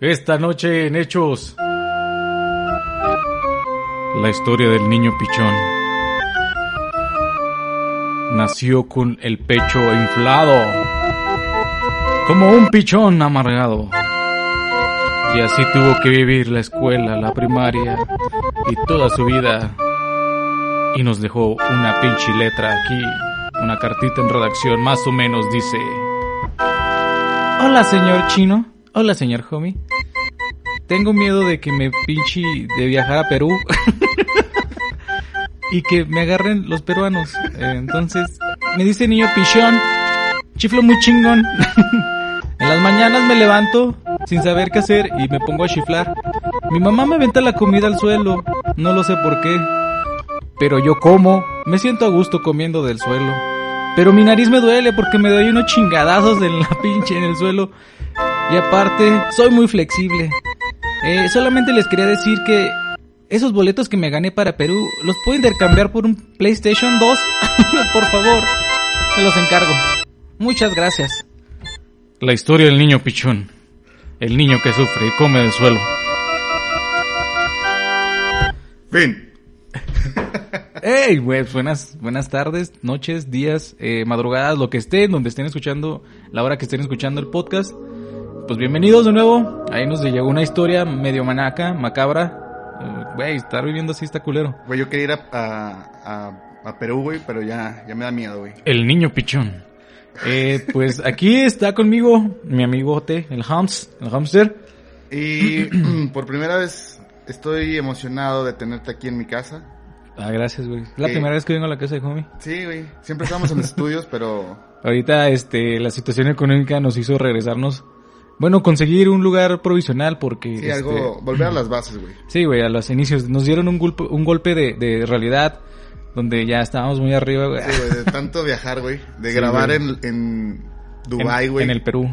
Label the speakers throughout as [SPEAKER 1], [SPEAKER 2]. [SPEAKER 1] Esta noche en Hechos. La historia del niño pichón. Nació con el pecho inflado. Como un pichón amargado. Y así tuvo que vivir la escuela, la primaria y toda su vida. Y nos dejó una pinche letra aquí. Una cartita en redacción más o menos dice... Hola señor chino. Hola señor homie. Tengo miedo de que me pinche de viajar a Perú y que me agarren los peruanos. Eh, entonces, me dice niño pichón, chiflo muy chingón. en las mañanas me levanto sin saber qué hacer y me pongo a chiflar. Mi mamá me venta la comida al suelo, no lo sé por qué. Pero yo como, me siento a gusto comiendo del suelo. Pero mi nariz me duele porque me doy unos chingadazos en la pinche en el suelo. Y aparte, soy muy flexible. Eh, solamente les quería decir que esos boletos que me gané para Perú, ¿los puedo intercambiar por un PlayStation 2? por favor, se los encargo. Muchas gracias. La historia del niño pichón. El niño que sufre y come del suelo.
[SPEAKER 2] Fin.
[SPEAKER 1] ¡Ey, güey! Buenas, buenas tardes, noches, días, eh, madrugadas, lo que estén, donde estén escuchando, la hora que estén escuchando el podcast. Pues bienvenidos de nuevo. Ahí nos llegó una historia medio manaca, macabra. Eh, Güey, estar viviendo así está culero.
[SPEAKER 2] Güey, yo quería ir a, a, a- a Perú, güey, pero ya, ya me da miedo, güey.
[SPEAKER 1] El niño pichón. Eh, pues aquí está conmigo mi amigote, el Hans, el hamster.
[SPEAKER 2] Y por primera vez estoy emocionado de tenerte aquí en mi casa.
[SPEAKER 1] Ah, gracias, güey. Es la
[SPEAKER 2] Eh.
[SPEAKER 1] primera vez que vengo a la casa de homie.
[SPEAKER 2] Sí, güey. Siempre estamos en estudios, pero...
[SPEAKER 1] Ahorita, este, la situación económica nos hizo regresarnos. Bueno, conseguir un lugar provisional porque...
[SPEAKER 2] Sí,
[SPEAKER 1] este,
[SPEAKER 2] algo... Volver a las bases, güey.
[SPEAKER 1] Sí, güey, a los inicios nos dieron un golpe, un golpe de, de realidad donde ya estábamos muy arriba, güey.
[SPEAKER 2] Sí, güey, de tanto viajar, güey. De
[SPEAKER 1] Sí,
[SPEAKER 2] grabar
[SPEAKER 1] güey.
[SPEAKER 2] en, en
[SPEAKER 1] En-
[SPEAKER 2] Dubai, güey.
[SPEAKER 1] En el Perú.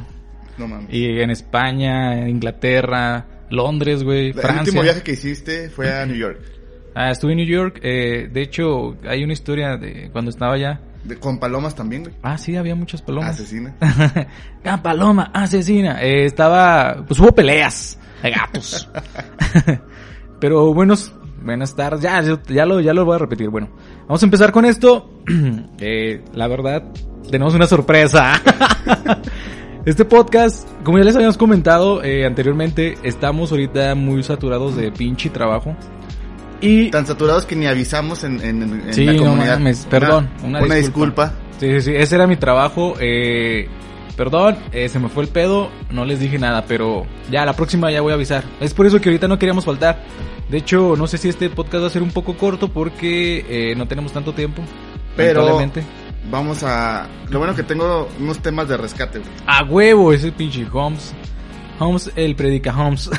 [SPEAKER 2] No mames.
[SPEAKER 1] Y en España, en Inglaterra, Londres, güey,
[SPEAKER 2] El
[SPEAKER 1] Francia.
[SPEAKER 2] último viaje que hiciste fue a New York.
[SPEAKER 1] Ah, estuve en New York. eh, de hecho, hay una historia de cuando estaba allá.
[SPEAKER 2] De- con palomas también, güey.
[SPEAKER 1] Ah, sí, había muchas palomas.
[SPEAKER 2] Asesina.
[SPEAKER 1] Ah, paloma asesina. Eh, estaba, pues hubo peleas de gatos. Pero buenos, buenas tardes. Ya, yo- ya lo, ya lo voy a repetir. Bueno, vamos a empezar con esto. Eh, la verdad, tenemos una sorpresa. Este podcast, como ya les habíamos comentado eh, anteriormente, estamos ahorita muy saturados de pinche trabajo. Y
[SPEAKER 2] Tan saturados que ni avisamos en, en, en
[SPEAKER 1] Sí,
[SPEAKER 2] la
[SPEAKER 1] no
[SPEAKER 2] comunidad.
[SPEAKER 1] mames, perdón, una
[SPEAKER 2] Una, una disculpa.
[SPEAKER 1] Sí, sí, sí, ese era mi trabajo. Eh, perdón, eh, se me fue el pedo, no les dije nada, pero ya la próxima ya voy a avisar. Es por eso que ahorita no queríamos faltar. De hecho, no sé si este podcast va a ser un poco corto porque eh, no tenemos tanto tiempo.
[SPEAKER 2] Pero-
[SPEAKER 1] lamentablemente.
[SPEAKER 2] Vamos a... Lo bueno que tengo unos temas de rescate, güey.
[SPEAKER 1] A huevo, ese pinche Holmes. Holmes, el predica Holmes.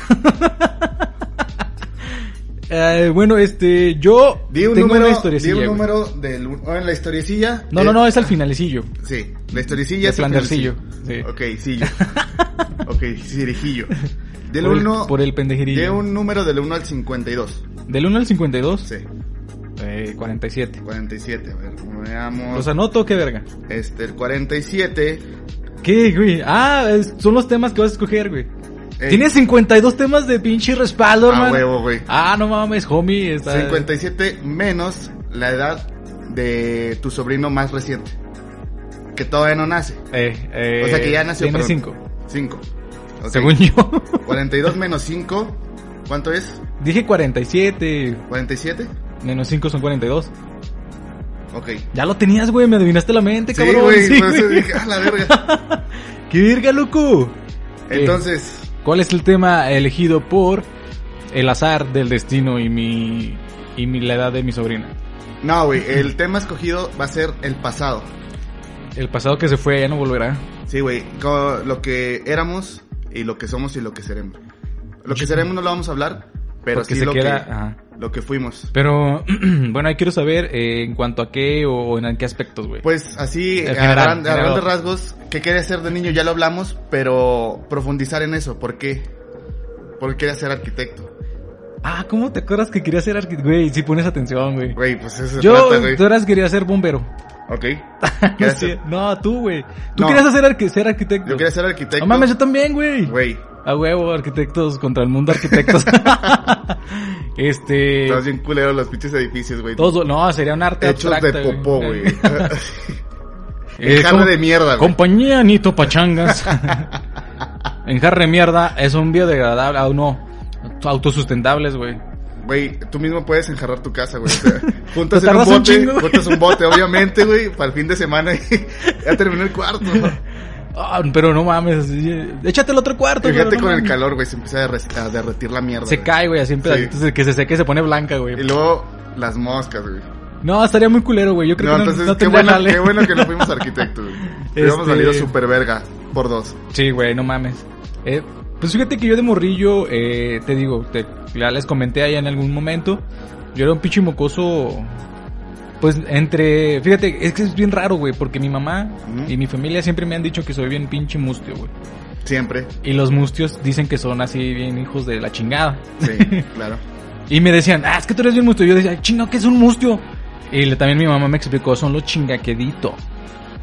[SPEAKER 1] Eh, bueno, este, yo
[SPEAKER 2] Di un
[SPEAKER 1] tengo
[SPEAKER 2] número,
[SPEAKER 1] una
[SPEAKER 2] di
[SPEAKER 1] historiecilla,
[SPEAKER 2] un
[SPEAKER 1] güey.
[SPEAKER 2] número del... un- oh, en la historiecilla.
[SPEAKER 1] No,
[SPEAKER 2] eh,
[SPEAKER 1] no, no, es al finalecillo.
[SPEAKER 2] Sí, la historiecilla
[SPEAKER 1] De Flandercillo,
[SPEAKER 2] Sí.
[SPEAKER 1] sí.
[SPEAKER 2] Ok, sillo. ok, cirijillo. Del
[SPEAKER 1] por, el-
[SPEAKER 2] 1...
[SPEAKER 1] por el pendejerillo.
[SPEAKER 2] De un número del 1 al 52.
[SPEAKER 1] Del 1 al 52,
[SPEAKER 2] Sí,
[SPEAKER 1] eh, 47.
[SPEAKER 2] 47. A ver, veamos.
[SPEAKER 1] Los anoto, qué verga.
[SPEAKER 2] este, el 47.
[SPEAKER 1] ¿Qué, güey? Ah, es- son los temas que vas a escoger, güey.
[SPEAKER 2] eh,
[SPEAKER 1] Tienes 52 temas de pinche respaldo,
[SPEAKER 2] A
[SPEAKER 1] hermano.
[SPEAKER 2] huevo, güey.
[SPEAKER 1] Ah, no mames, homie. Está...
[SPEAKER 2] 57 menos la edad de tu sobrino más reciente. Que todavía no nace.
[SPEAKER 1] Eh, eh,
[SPEAKER 2] O sea que ya nació.
[SPEAKER 1] Tiene
[SPEAKER 2] perdón.
[SPEAKER 1] 5.
[SPEAKER 2] Cinco. Ok.
[SPEAKER 1] Según yo.
[SPEAKER 2] 42 menos 5. ¿Cuánto es?
[SPEAKER 1] Dije 47.
[SPEAKER 2] ¿47?
[SPEAKER 1] Menos 5 son 42.
[SPEAKER 2] Ok.
[SPEAKER 1] Ya lo tenías, güey. Me adivinaste la mente,
[SPEAKER 2] Sí,
[SPEAKER 1] cabrón.
[SPEAKER 2] güey.
[SPEAKER 1] Sí,
[SPEAKER 2] por eso
[SPEAKER 1] güey.
[SPEAKER 2] dije, "Ah, la verga.
[SPEAKER 1] ¡Qué verga, loco!
[SPEAKER 2] Entonces,
[SPEAKER 1] ¿Cuál es el tema elegido por el azar del destino y mi. y mi, la edad de mi sobrina?
[SPEAKER 2] no, güey. El tema escogido va a ser el pasado.
[SPEAKER 1] El pasado que se fue ya no volverá.
[SPEAKER 2] Sí, güey. co- Lo que éramos y lo que somos y lo que seremos. Lo que seremos no lo vamos a hablar, pero
[SPEAKER 1] Porque
[SPEAKER 2] sí
[SPEAKER 1] se
[SPEAKER 2] lo,
[SPEAKER 1] queda-
[SPEAKER 2] que,
[SPEAKER 1] ajá.
[SPEAKER 2] lo que fuimos.
[SPEAKER 1] Pero, bueno, ahí quiero saber eh, en cuanto a qué o, o en qué aspectos, güey.
[SPEAKER 2] Pues así,
[SPEAKER 1] En
[SPEAKER 2] a
[SPEAKER 1] general,
[SPEAKER 2] gran- a
[SPEAKER 1] general.
[SPEAKER 2] grandes rasgos, ¿qué quería hacer de niño? Ya lo hablamos, pero profundizar en eso. ¿Por qué? Porque quería ser arquitecto.
[SPEAKER 1] ah, ¿cómo te acuerdas que quería ser arquitecto? Güey, si pones atención, güey.
[SPEAKER 2] Güey, pues eso se
[SPEAKER 1] Yo,
[SPEAKER 2] trata, güey.
[SPEAKER 1] tú eras quería ser bombero.
[SPEAKER 2] Ok. Quería
[SPEAKER 1] Sí,
[SPEAKER 2] ser-
[SPEAKER 1] No, tú, güey. Tú
[SPEAKER 2] No.
[SPEAKER 1] querías hacer arqui- ser arquitecto.
[SPEAKER 2] yo quería ser
[SPEAKER 1] No
[SPEAKER 2] arquitecto.
[SPEAKER 1] mames, yo también, güey.
[SPEAKER 2] Güey,
[SPEAKER 1] A huevo, arquitectos contra el mundo arquitectos. este.
[SPEAKER 2] Estás bien culero los pinches edificios, güey.
[SPEAKER 1] Todos, no, sería un arte
[SPEAKER 2] Hechos
[SPEAKER 1] abstracto,
[SPEAKER 2] de popó, güey.
[SPEAKER 1] Eh,
[SPEAKER 2] Enjarre
[SPEAKER 1] com-
[SPEAKER 2] de mierda, güey.
[SPEAKER 1] Compañía Nito Pachangas. Enjarre mierda es un biodegradable, ah, no, autosustentables, güey.
[SPEAKER 2] Güey, tú mismo puedes enjarrar tu casa, güey. O sea, juntas
[SPEAKER 1] Te
[SPEAKER 2] en un
[SPEAKER 1] tardas un
[SPEAKER 2] bote,
[SPEAKER 1] chingo, güey.
[SPEAKER 2] juntas un bote, obviamente, güey, para el fin de semana y ya terminó el cuarto.
[SPEAKER 1] Ah, pero no mames, así, eh, échate el otro cuarto,
[SPEAKER 2] Fíjate
[SPEAKER 1] pero no
[SPEAKER 2] con el
[SPEAKER 1] mames.
[SPEAKER 2] calor, güey, se empieza a, derre- a derretir la mierda.
[SPEAKER 1] Se
[SPEAKER 2] güey.
[SPEAKER 1] cae, güey, así en pedacitos de que se seque y se pone blanca, güey.
[SPEAKER 2] Y luego las moscas, güey.
[SPEAKER 1] No, estaría muy culero, güey. Yo creo
[SPEAKER 2] No,
[SPEAKER 1] que no,
[SPEAKER 2] entonces
[SPEAKER 1] no
[SPEAKER 2] qué,
[SPEAKER 1] tendría
[SPEAKER 2] bueno,
[SPEAKER 1] jale.
[SPEAKER 2] qué bueno que no fuimos arquitectos, güey. Hubiéramos
[SPEAKER 1] Este-
[SPEAKER 2] salido super verga por dos.
[SPEAKER 1] Sí, güey, no mames. Eh, pues fíjate que yo de morrillo, eh, te digo, te- ya les comenté allá en algún momento, yo era un pinche mocoso, pues entre, fíjate, es que es bien raro, güey, porque mi mamá
[SPEAKER 2] Ujú.
[SPEAKER 1] y mi familia siempre me han dicho que soy bien pinche mustio, güey.
[SPEAKER 2] Siempre.
[SPEAKER 1] Y los mustios dicen que son así bien hijos de la chingada.
[SPEAKER 2] Sí, claro.
[SPEAKER 1] Y me decían, ah, es que tú eres bien mustio. Yo decía, "Ay, chinga, ¿qué es un mustio? Y le- también mi mamá me explicó, son los chingaquedito.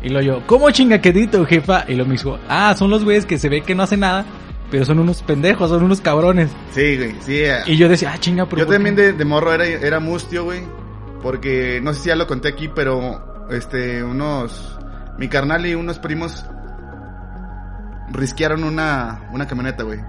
[SPEAKER 1] Y lo yo, ¿cómo chingaquedito, jefa? Y lo me dijo, ah, son los güeyes que se ve que no hacen nada, pero son unos pendejos, son unos cabrones.
[SPEAKER 2] Sí, güey, sí. eh.
[SPEAKER 1] Y yo decía, ah, chinga, pero.
[SPEAKER 2] Yo
[SPEAKER 1] ¿por qué?".
[SPEAKER 2] también de, de morro era, era mustio, güey. Porque no sé si ya lo conté aquí, pero este, unos. Mi carnal y unos primos risquearon una, una camioneta, güey.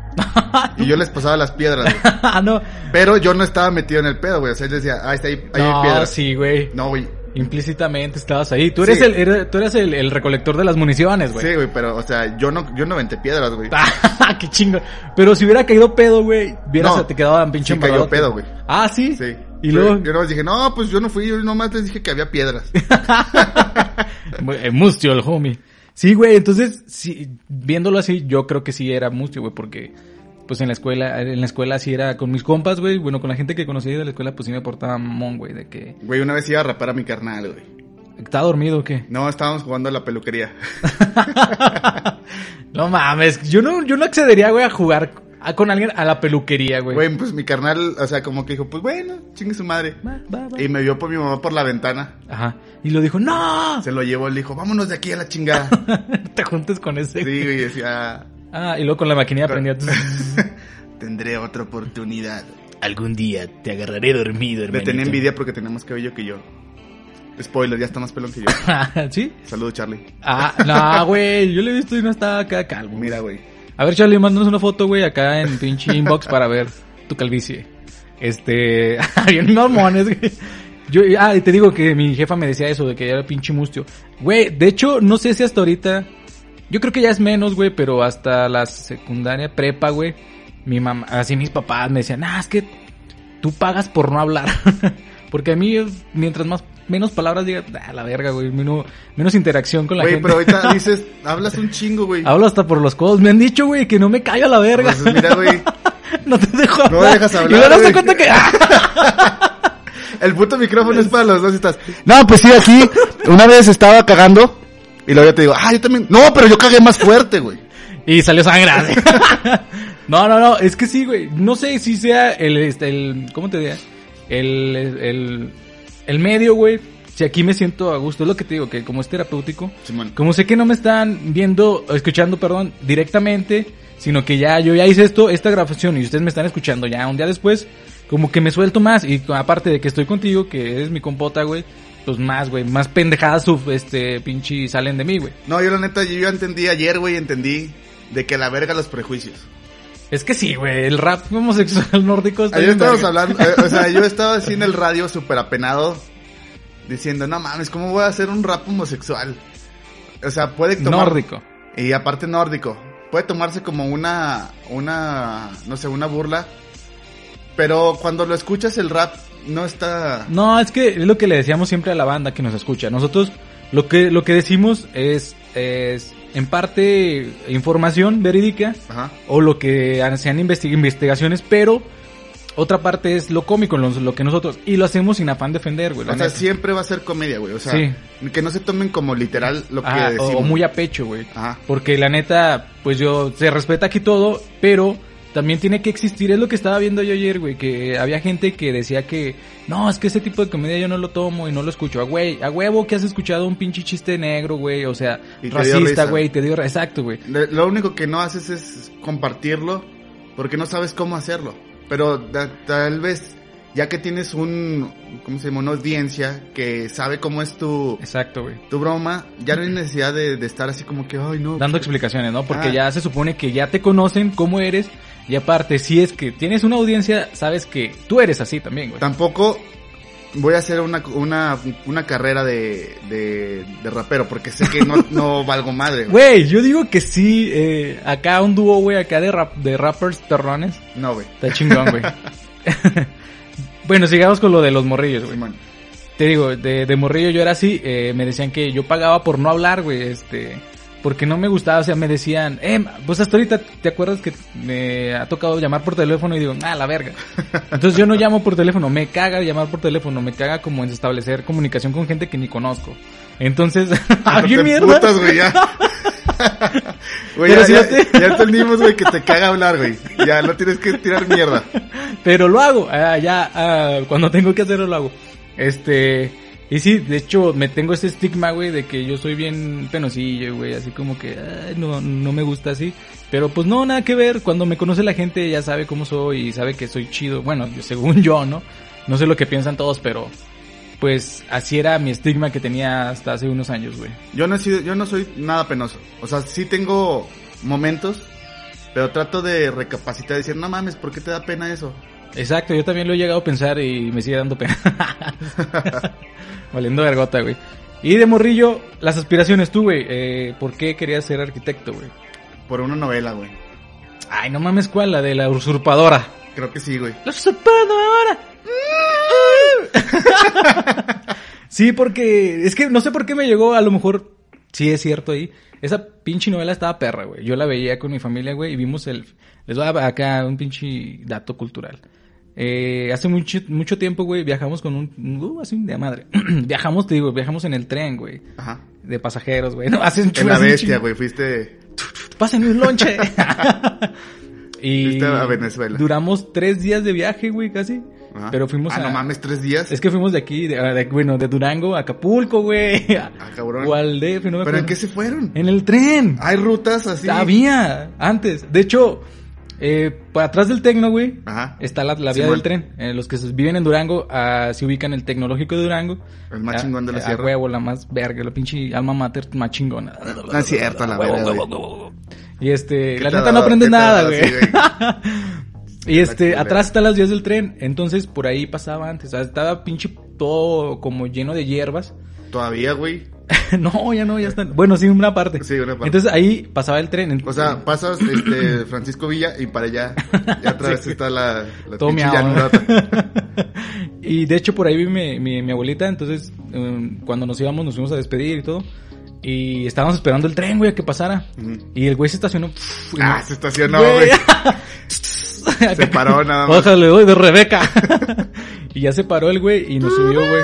[SPEAKER 2] y yo les pasaba las piedras, güey.
[SPEAKER 1] Ah, no.
[SPEAKER 2] Pero yo no estaba metido en el pedo, güey. O sea, él decía, ah, está ahí, ahí hay
[SPEAKER 1] no,
[SPEAKER 2] piedras.
[SPEAKER 1] sí, güey.
[SPEAKER 2] No, güey.
[SPEAKER 1] Implícitamente estabas ahí. Tú eres,
[SPEAKER 2] Sí.
[SPEAKER 1] el, era- tú eres el, el recolector de las municiones, güey.
[SPEAKER 2] Sí, güey, pero, o sea, yo no, yo no aventé piedras, güey.
[SPEAKER 1] Ah, qué chingo. Pero si hubiera caído pedo, güey, vieras
[SPEAKER 2] No,
[SPEAKER 1] te quedaban pinche
[SPEAKER 2] sí cayó
[SPEAKER 1] embarradote.
[SPEAKER 2] pedo, güey.
[SPEAKER 1] Ah, sí.
[SPEAKER 2] Sí.
[SPEAKER 1] Y
[SPEAKER 2] Pero
[SPEAKER 1] luego,
[SPEAKER 2] Yo nomás dije, no, pues yo no fui, yo nomás les dije que había piedras.
[SPEAKER 1] Eh, Mustio, el homie. Sí, güey, entonces, sí, viéndolo así, yo creo que sí era Mustio, güey, porque pues en la escuela, en la escuela sí era con mis compas, güey, bueno, con la gente que conocí de la escuela, pues sí me portaba mon, güey, de que
[SPEAKER 2] Güey, una vez iba a rapar a mi carnal, güey.
[SPEAKER 1] está dormido o qué.
[SPEAKER 2] No, estábamos jugando a la peluquería.
[SPEAKER 1] No mames, yo no yo no accedería, güey, a jugar a- con alguien a la peluquería, güey.
[SPEAKER 2] Güey, pues mi carnal, o sea, como que dijo, pues bueno, chingue su madre.
[SPEAKER 1] Va, va, va.
[SPEAKER 2] Y me vio por mi mamá por la ventana.
[SPEAKER 1] Ajá. Y lo dijo, "No,
[SPEAKER 2] Se lo llevó, le dijo, vámonos de aquí a la chingada.
[SPEAKER 1] te juntes con ese."
[SPEAKER 2] Sí,
[SPEAKER 1] güey.
[SPEAKER 2] güey, decía,
[SPEAKER 1] Ah, y luego con la maquinilla prendía.
[SPEAKER 2] tendré otra oportunidad.
[SPEAKER 1] Algún día te agarraré dormido,
[SPEAKER 2] Le tenía envidia porque tenía más cabello que yo. Spoiler, ya está más pelón que yo.
[SPEAKER 1] Ah, ¿Sí?
[SPEAKER 2] Saludos, Charlie.
[SPEAKER 1] Ah, no, güey, yo le he visto y no estaba acá calvo. güey.
[SPEAKER 2] Mira, güey.
[SPEAKER 1] A ver, Charlie, mándanos una foto, güey, acá en pinche inbox para ver tu calvicie. Este, bien mormones, güey. Yo, ah, y te digo que mi jefa me decía eso, de que era pinche mustio. Güey, de hecho, no sé si hasta ahorita, yo creo que ya es menos, güey, pero hasta la secundaria prepa, güey, mi mamá, así mis papás me decían, ah, es que tú pagas por no hablar. Porque a mí, mientras más, menos palabras diga, ah, la verga, güey, menos, menos interacción con la
[SPEAKER 2] Güey,
[SPEAKER 1] gente.
[SPEAKER 2] pero ahorita dices, hablas un chingo, güey.
[SPEAKER 1] Hablo hasta por los codos. Me han dicho, güey, que no me callo a la verga.
[SPEAKER 2] Pues, mira, güey.
[SPEAKER 1] no te dejo hablar.
[SPEAKER 2] No dejas hablar,
[SPEAKER 1] Y luego das
[SPEAKER 2] güey.
[SPEAKER 1] cuenta que... ¡Ah!
[SPEAKER 2] El puto micrófono es para los dos y estás. No, pues sí, aquí. Una vez estaba cagando. Y luego yo te digo, ah, yo también. No, pero yo cagué más fuerte, güey.
[SPEAKER 1] Y salió sangre. no, no, no. Es que sí, güey. No sé si sea el... este, el ¿Cómo te diría? El, el, el medio, güey. Si aquí me siento a gusto. Es lo que te digo, que como es terapéutico...
[SPEAKER 2] Simón.
[SPEAKER 1] Como sé que no me están viendo, escuchando, perdón, directamente, sino que ya yo ya hice esto, esta grabación y ustedes me están escuchando ya un día después, como que me suelto más y aparte de que estoy contigo, que eres mi compota, güey, pues más, güey, más pendejadas suf- este pinche salen de mí, güey.
[SPEAKER 2] No, yo la neta, yo ya entendí ayer, güey, entendí de que la verga los prejuicios.
[SPEAKER 1] Es que sí, güey, el rap homosexual nórdico está
[SPEAKER 2] Ayer
[SPEAKER 1] bien
[SPEAKER 2] estábamos
[SPEAKER 1] verga.
[SPEAKER 2] hablando, eh, o sea, yo estaba así en el radio súper apenado, diciendo, no mames, ¿cómo voy a hacer un rap homosexual? O sea, puede tomar...
[SPEAKER 1] nórdico.
[SPEAKER 2] Y aparte nórdico. Puede tomarse como una, una, no sé, una burla. Pero cuando lo escuchas el rap no está...
[SPEAKER 1] No, es que es lo que le decíamos siempre a la banda que nos escucha. Nosotros lo que lo que decimos es es en parte información verídica.
[SPEAKER 2] Ajá.
[SPEAKER 1] o lo que han- se han investig- investigaciones, pero otra parte es lo cómico, lo, lo que nosotros, y lo hacemos sin afán de ofender, güey. la
[SPEAKER 2] O sea,
[SPEAKER 1] neta.
[SPEAKER 2] siempre va a ser comedia, güey. O sea,
[SPEAKER 1] Sí.
[SPEAKER 2] que no se tomen como literal lo que
[SPEAKER 1] Ajá,
[SPEAKER 2] decimos.
[SPEAKER 1] o, o muy a pecho, güey.
[SPEAKER 2] Ajá.
[SPEAKER 1] Porque la neta, pues yo, se respeta aquí todo, pero también tiene que existir. Es lo que estaba viendo yo ayer, güey, que había gente que decía que, no, es que ese tipo de comedia yo no lo tomo y no lo escucho. A güey, a huevo que has escuchado un pinche chiste negro, güey, o sea,
[SPEAKER 2] Y te dio
[SPEAKER 1] racista,
[SPEAKER 2] risa.
[SPEAKER 1] güey, te dio, ra- exacto, güey.
[SPEAKER 2] Le- Lo único que no haces es compartirlo porque no sabes cómo hacerlo. Pero da- tal vez ya que tienes un, ¿cómo se llama? Una audiencia que sabe cómo es tu,
[SPEAKER 1] Exacto, güey.
[SPEAKER 2] tu broma, ya no hay necesidad de, de estar así como que, ay no.
[SPEAKER 1] Dando explicaciones, ¿no? Porque
[SPEAKER 2] Ah.
[SPEAKER 1] ya se supone que ya te conocen cómo eres y aparte, si es que tienes una audiencia, sabes que tú eres así también, güey.
[SPEAKER 2] Tampoco voy a hacer una, una, una carrera de, de, de rapero porque sé que no, no valgo madre. güey.
[SPEAKER 1] Güey, yo digo que sí, eh, acá un dúo, güey, acá de, rap, de rappers perrones.
[SPEAKER 2] No, güey.
[SPEAKER 1] Está chingón, güey. bueno, sigamos con lo de los morrillos, güey.
[SPEAKER 2] Simón.
[SPEAKER 1] Te digo, de, de morrillo yo era así, eh, me decían que yo pagaba por no hablar, güey, este, porque no me gustaba, o sea, me decían, eh, pues hasta ahorita te acuerdas que me ha tocado llamar por teléfono y digo, ah, la verga. Entonces yo no llamo por teléfono, me caga llamar por teléfono, me caga como en establecer comunicación con gente que ni conozco. Entonces, ¿a
[SPEAKER 2] Ah, Te
[SPEAKER 1] bien Ah, mierda?
[SPEAKER 2] emputas, güey, ya. Güey,
[SPEAKER 1] Pero
[SPEAKER 2] ya,
[SPEAKER 1] si
[SPEAKER 2] ya-
[SPEAKER 1] no te-
[SPEAKER 2] ya entendimos, güey, que te caga hablar, güey. Ya no tienes que tirar mierda.
[SPEAKER 1] Pero lo hago, ah, ya, ah, cuando tengo que hacerlo lo hago. Este, y sí, de hecho, me tengo ese estigma, güey, de que yo soy bien penosillo, güey, así como que, ay, no, no me gusta así. Pero pues no, nada que ver, cuando me conoce la gente ya sabe cómo soy y sabe que soy chido. Bueno, yo- según yo, ¿no? No sé lo que piensan todos, pero pues así era mi estigma que tenía hasta hace unos años, güey.
[SPEAKER 2] Yo no, he sido- yo no soy nada penoso. O sea, sí tengo momentos, pero trato de recapacitar y decir, no mames, ¿por qué te da pena eso?
[SPEAKER 1] Exacto, yo también lo he llegado a pensar y me sigue dando pena. Valiendo vergota, güey. Y de morrillo, las aspiraciones tú, güey. Eh, ¿Por qué querías ser arquitecto, güey?
[SPEAKER 2] Por una novela, güey.
[SPEAKER 1] Ay, no mames, ¿cuál? La de la usurpadora.
[SPEAKER 2] Creo que sí, güey.
[SPEAKER 1] ¡La usurpadora! sí, porque es que no sé por qué me llegó, a lo mejor sí es cierto ahí. Esa pinche novela estaba perra, güey. Yo la veía con mi familia, güey, y vimos el... Les voy a acá un pinche dato cultural. Eh, hace mucho, mucho tiempo, güey, viajamos con un... Uh, hace un día madre. viajamos, te digo, viajamos en el tren, güey.
[SPEAKER 2] Ajá.
[SPEAKER 1] De pasajeros, güey. No, hace un
[SPEAKER 2] En la
[SPEAKER 1] hace un
[SPEAKER 2] bestia,
[SPEAKER 1] chingo-
[SPEAKER 2] güey. Fuiste.
[SPEAKER 1] Pásenme un lonche. y
[SPEAKER 2] Fuiste a Venezuela.
[SPEAKER 1] duramos tres días de viaje, güey, casi.
[SPEAKER 2] Ajá.
[SPEAKER 1] Pero fuimos
[SPEAKER 2] Ah,
[SPEAKER 1] a...
[SPEAKER 2] no mames, tres días.
[SPEAKER 1] Es que fuimos de aquí, de, de- bueno, de Durango a Acapulco, güey. A,
[SPEAKER 2] Ah, cabrón.
[SPEAKER 1] o al DF, no me
[SPEAKER 2] ¿Pero en
[SPEAKER 1] acuerdo. Eh,
[SPEAKER 2] qué se fueron?
[SPEAKER 1] En el tren.
[SPEAKER 2] Hay rutas así.
[SPEAKER 1] Había, antes. De hecho, eh, para atrás del Tecno, güey,
[SPEAKER 2] Ajá.
[SPEAKER 1] está la, la vía
[SPEAKER 2] Simón.
[SPEAKER 1] del tren. Eh, los que se- viven en Durango ah, se ubican en el Tecnológico de Durango.
[SPEAKER 2] El más
[SPEAKER 1] Ah,
[SPEAKER 2] chingón de la
[SPEAKER 1] a
[SPEAKER 2] sierra.
[SPEAKER 1] huevo, la más verga, la pinche alma mater más chingona.
[SPEAKER 2] No es cierto, la
[SPEAKER 1] Huevo,
[SPEAKER 2] verga,
[SPEAKER 1] huevo,
[SPEAKER 2] güey.
[SPEAKER 1] huevo, huevo. Y este,
[SPEAKER 2] ¿Qué
[SPEAKER 1] la
[SPEAKER 2] te
[SPEAKER 1] neta
[SPEAKER 2] ha
[SPEAKER 1] no
[SPEAKER 2] dado-
[SPEAKER 1] aprendes
[SPEAKER 2] qué te ha
[SPEAKER 1] nada,
[SPEAKER 2] dado
[SPEAKER 1] güey.
[SPEAKER 2] así,
[SPEAKER 1] y este,
[SPEAKER 2] culera.
[SPEAKER 1] atrás están las vías del tren. Entonces, por ahí pasaba antes. O sea, estaba pinche todo como lleno de hierbas.
[SPEAKER 2] Todavía, güey.
[SPEAKER 1] no, ya no, ya están. Bueno, sí, una parte.
[SPEAKER 2] Sí, una parte.
[SPEAKER 1] Entonces ahí pasaba el tren.
[SPEAKER 2] O sea, pasas este, Francisco Villa y para allá. Ya atrás está la, la
[SPEAKER 1] Todo
[SPEAKER 2] Pues, pinche
[SPEAKER 1] miau, ¿no?
[SPEAKER 2] llanura.
[SPEAKER 1] Y de hecho por ahí vi mi, mi, mi abuelita, entonces em, cuando nos íbamos nos fuimos a despedir y todo. Y estábamos esperando el tren, güey, a que pasara.
[SPEAKER 2] Ujú.
[SPEAKER 1] Y el güey se estacionó. pff, y
[SPEAKER 2] Ah,
[SPEAKER 1] no-
[SPEAKER 2] se estacionó, güey. Se paró nada más.
[SPEAKER 1] Bájale, doy de Rebeca. y ya se paró el güey y nos subió, güey.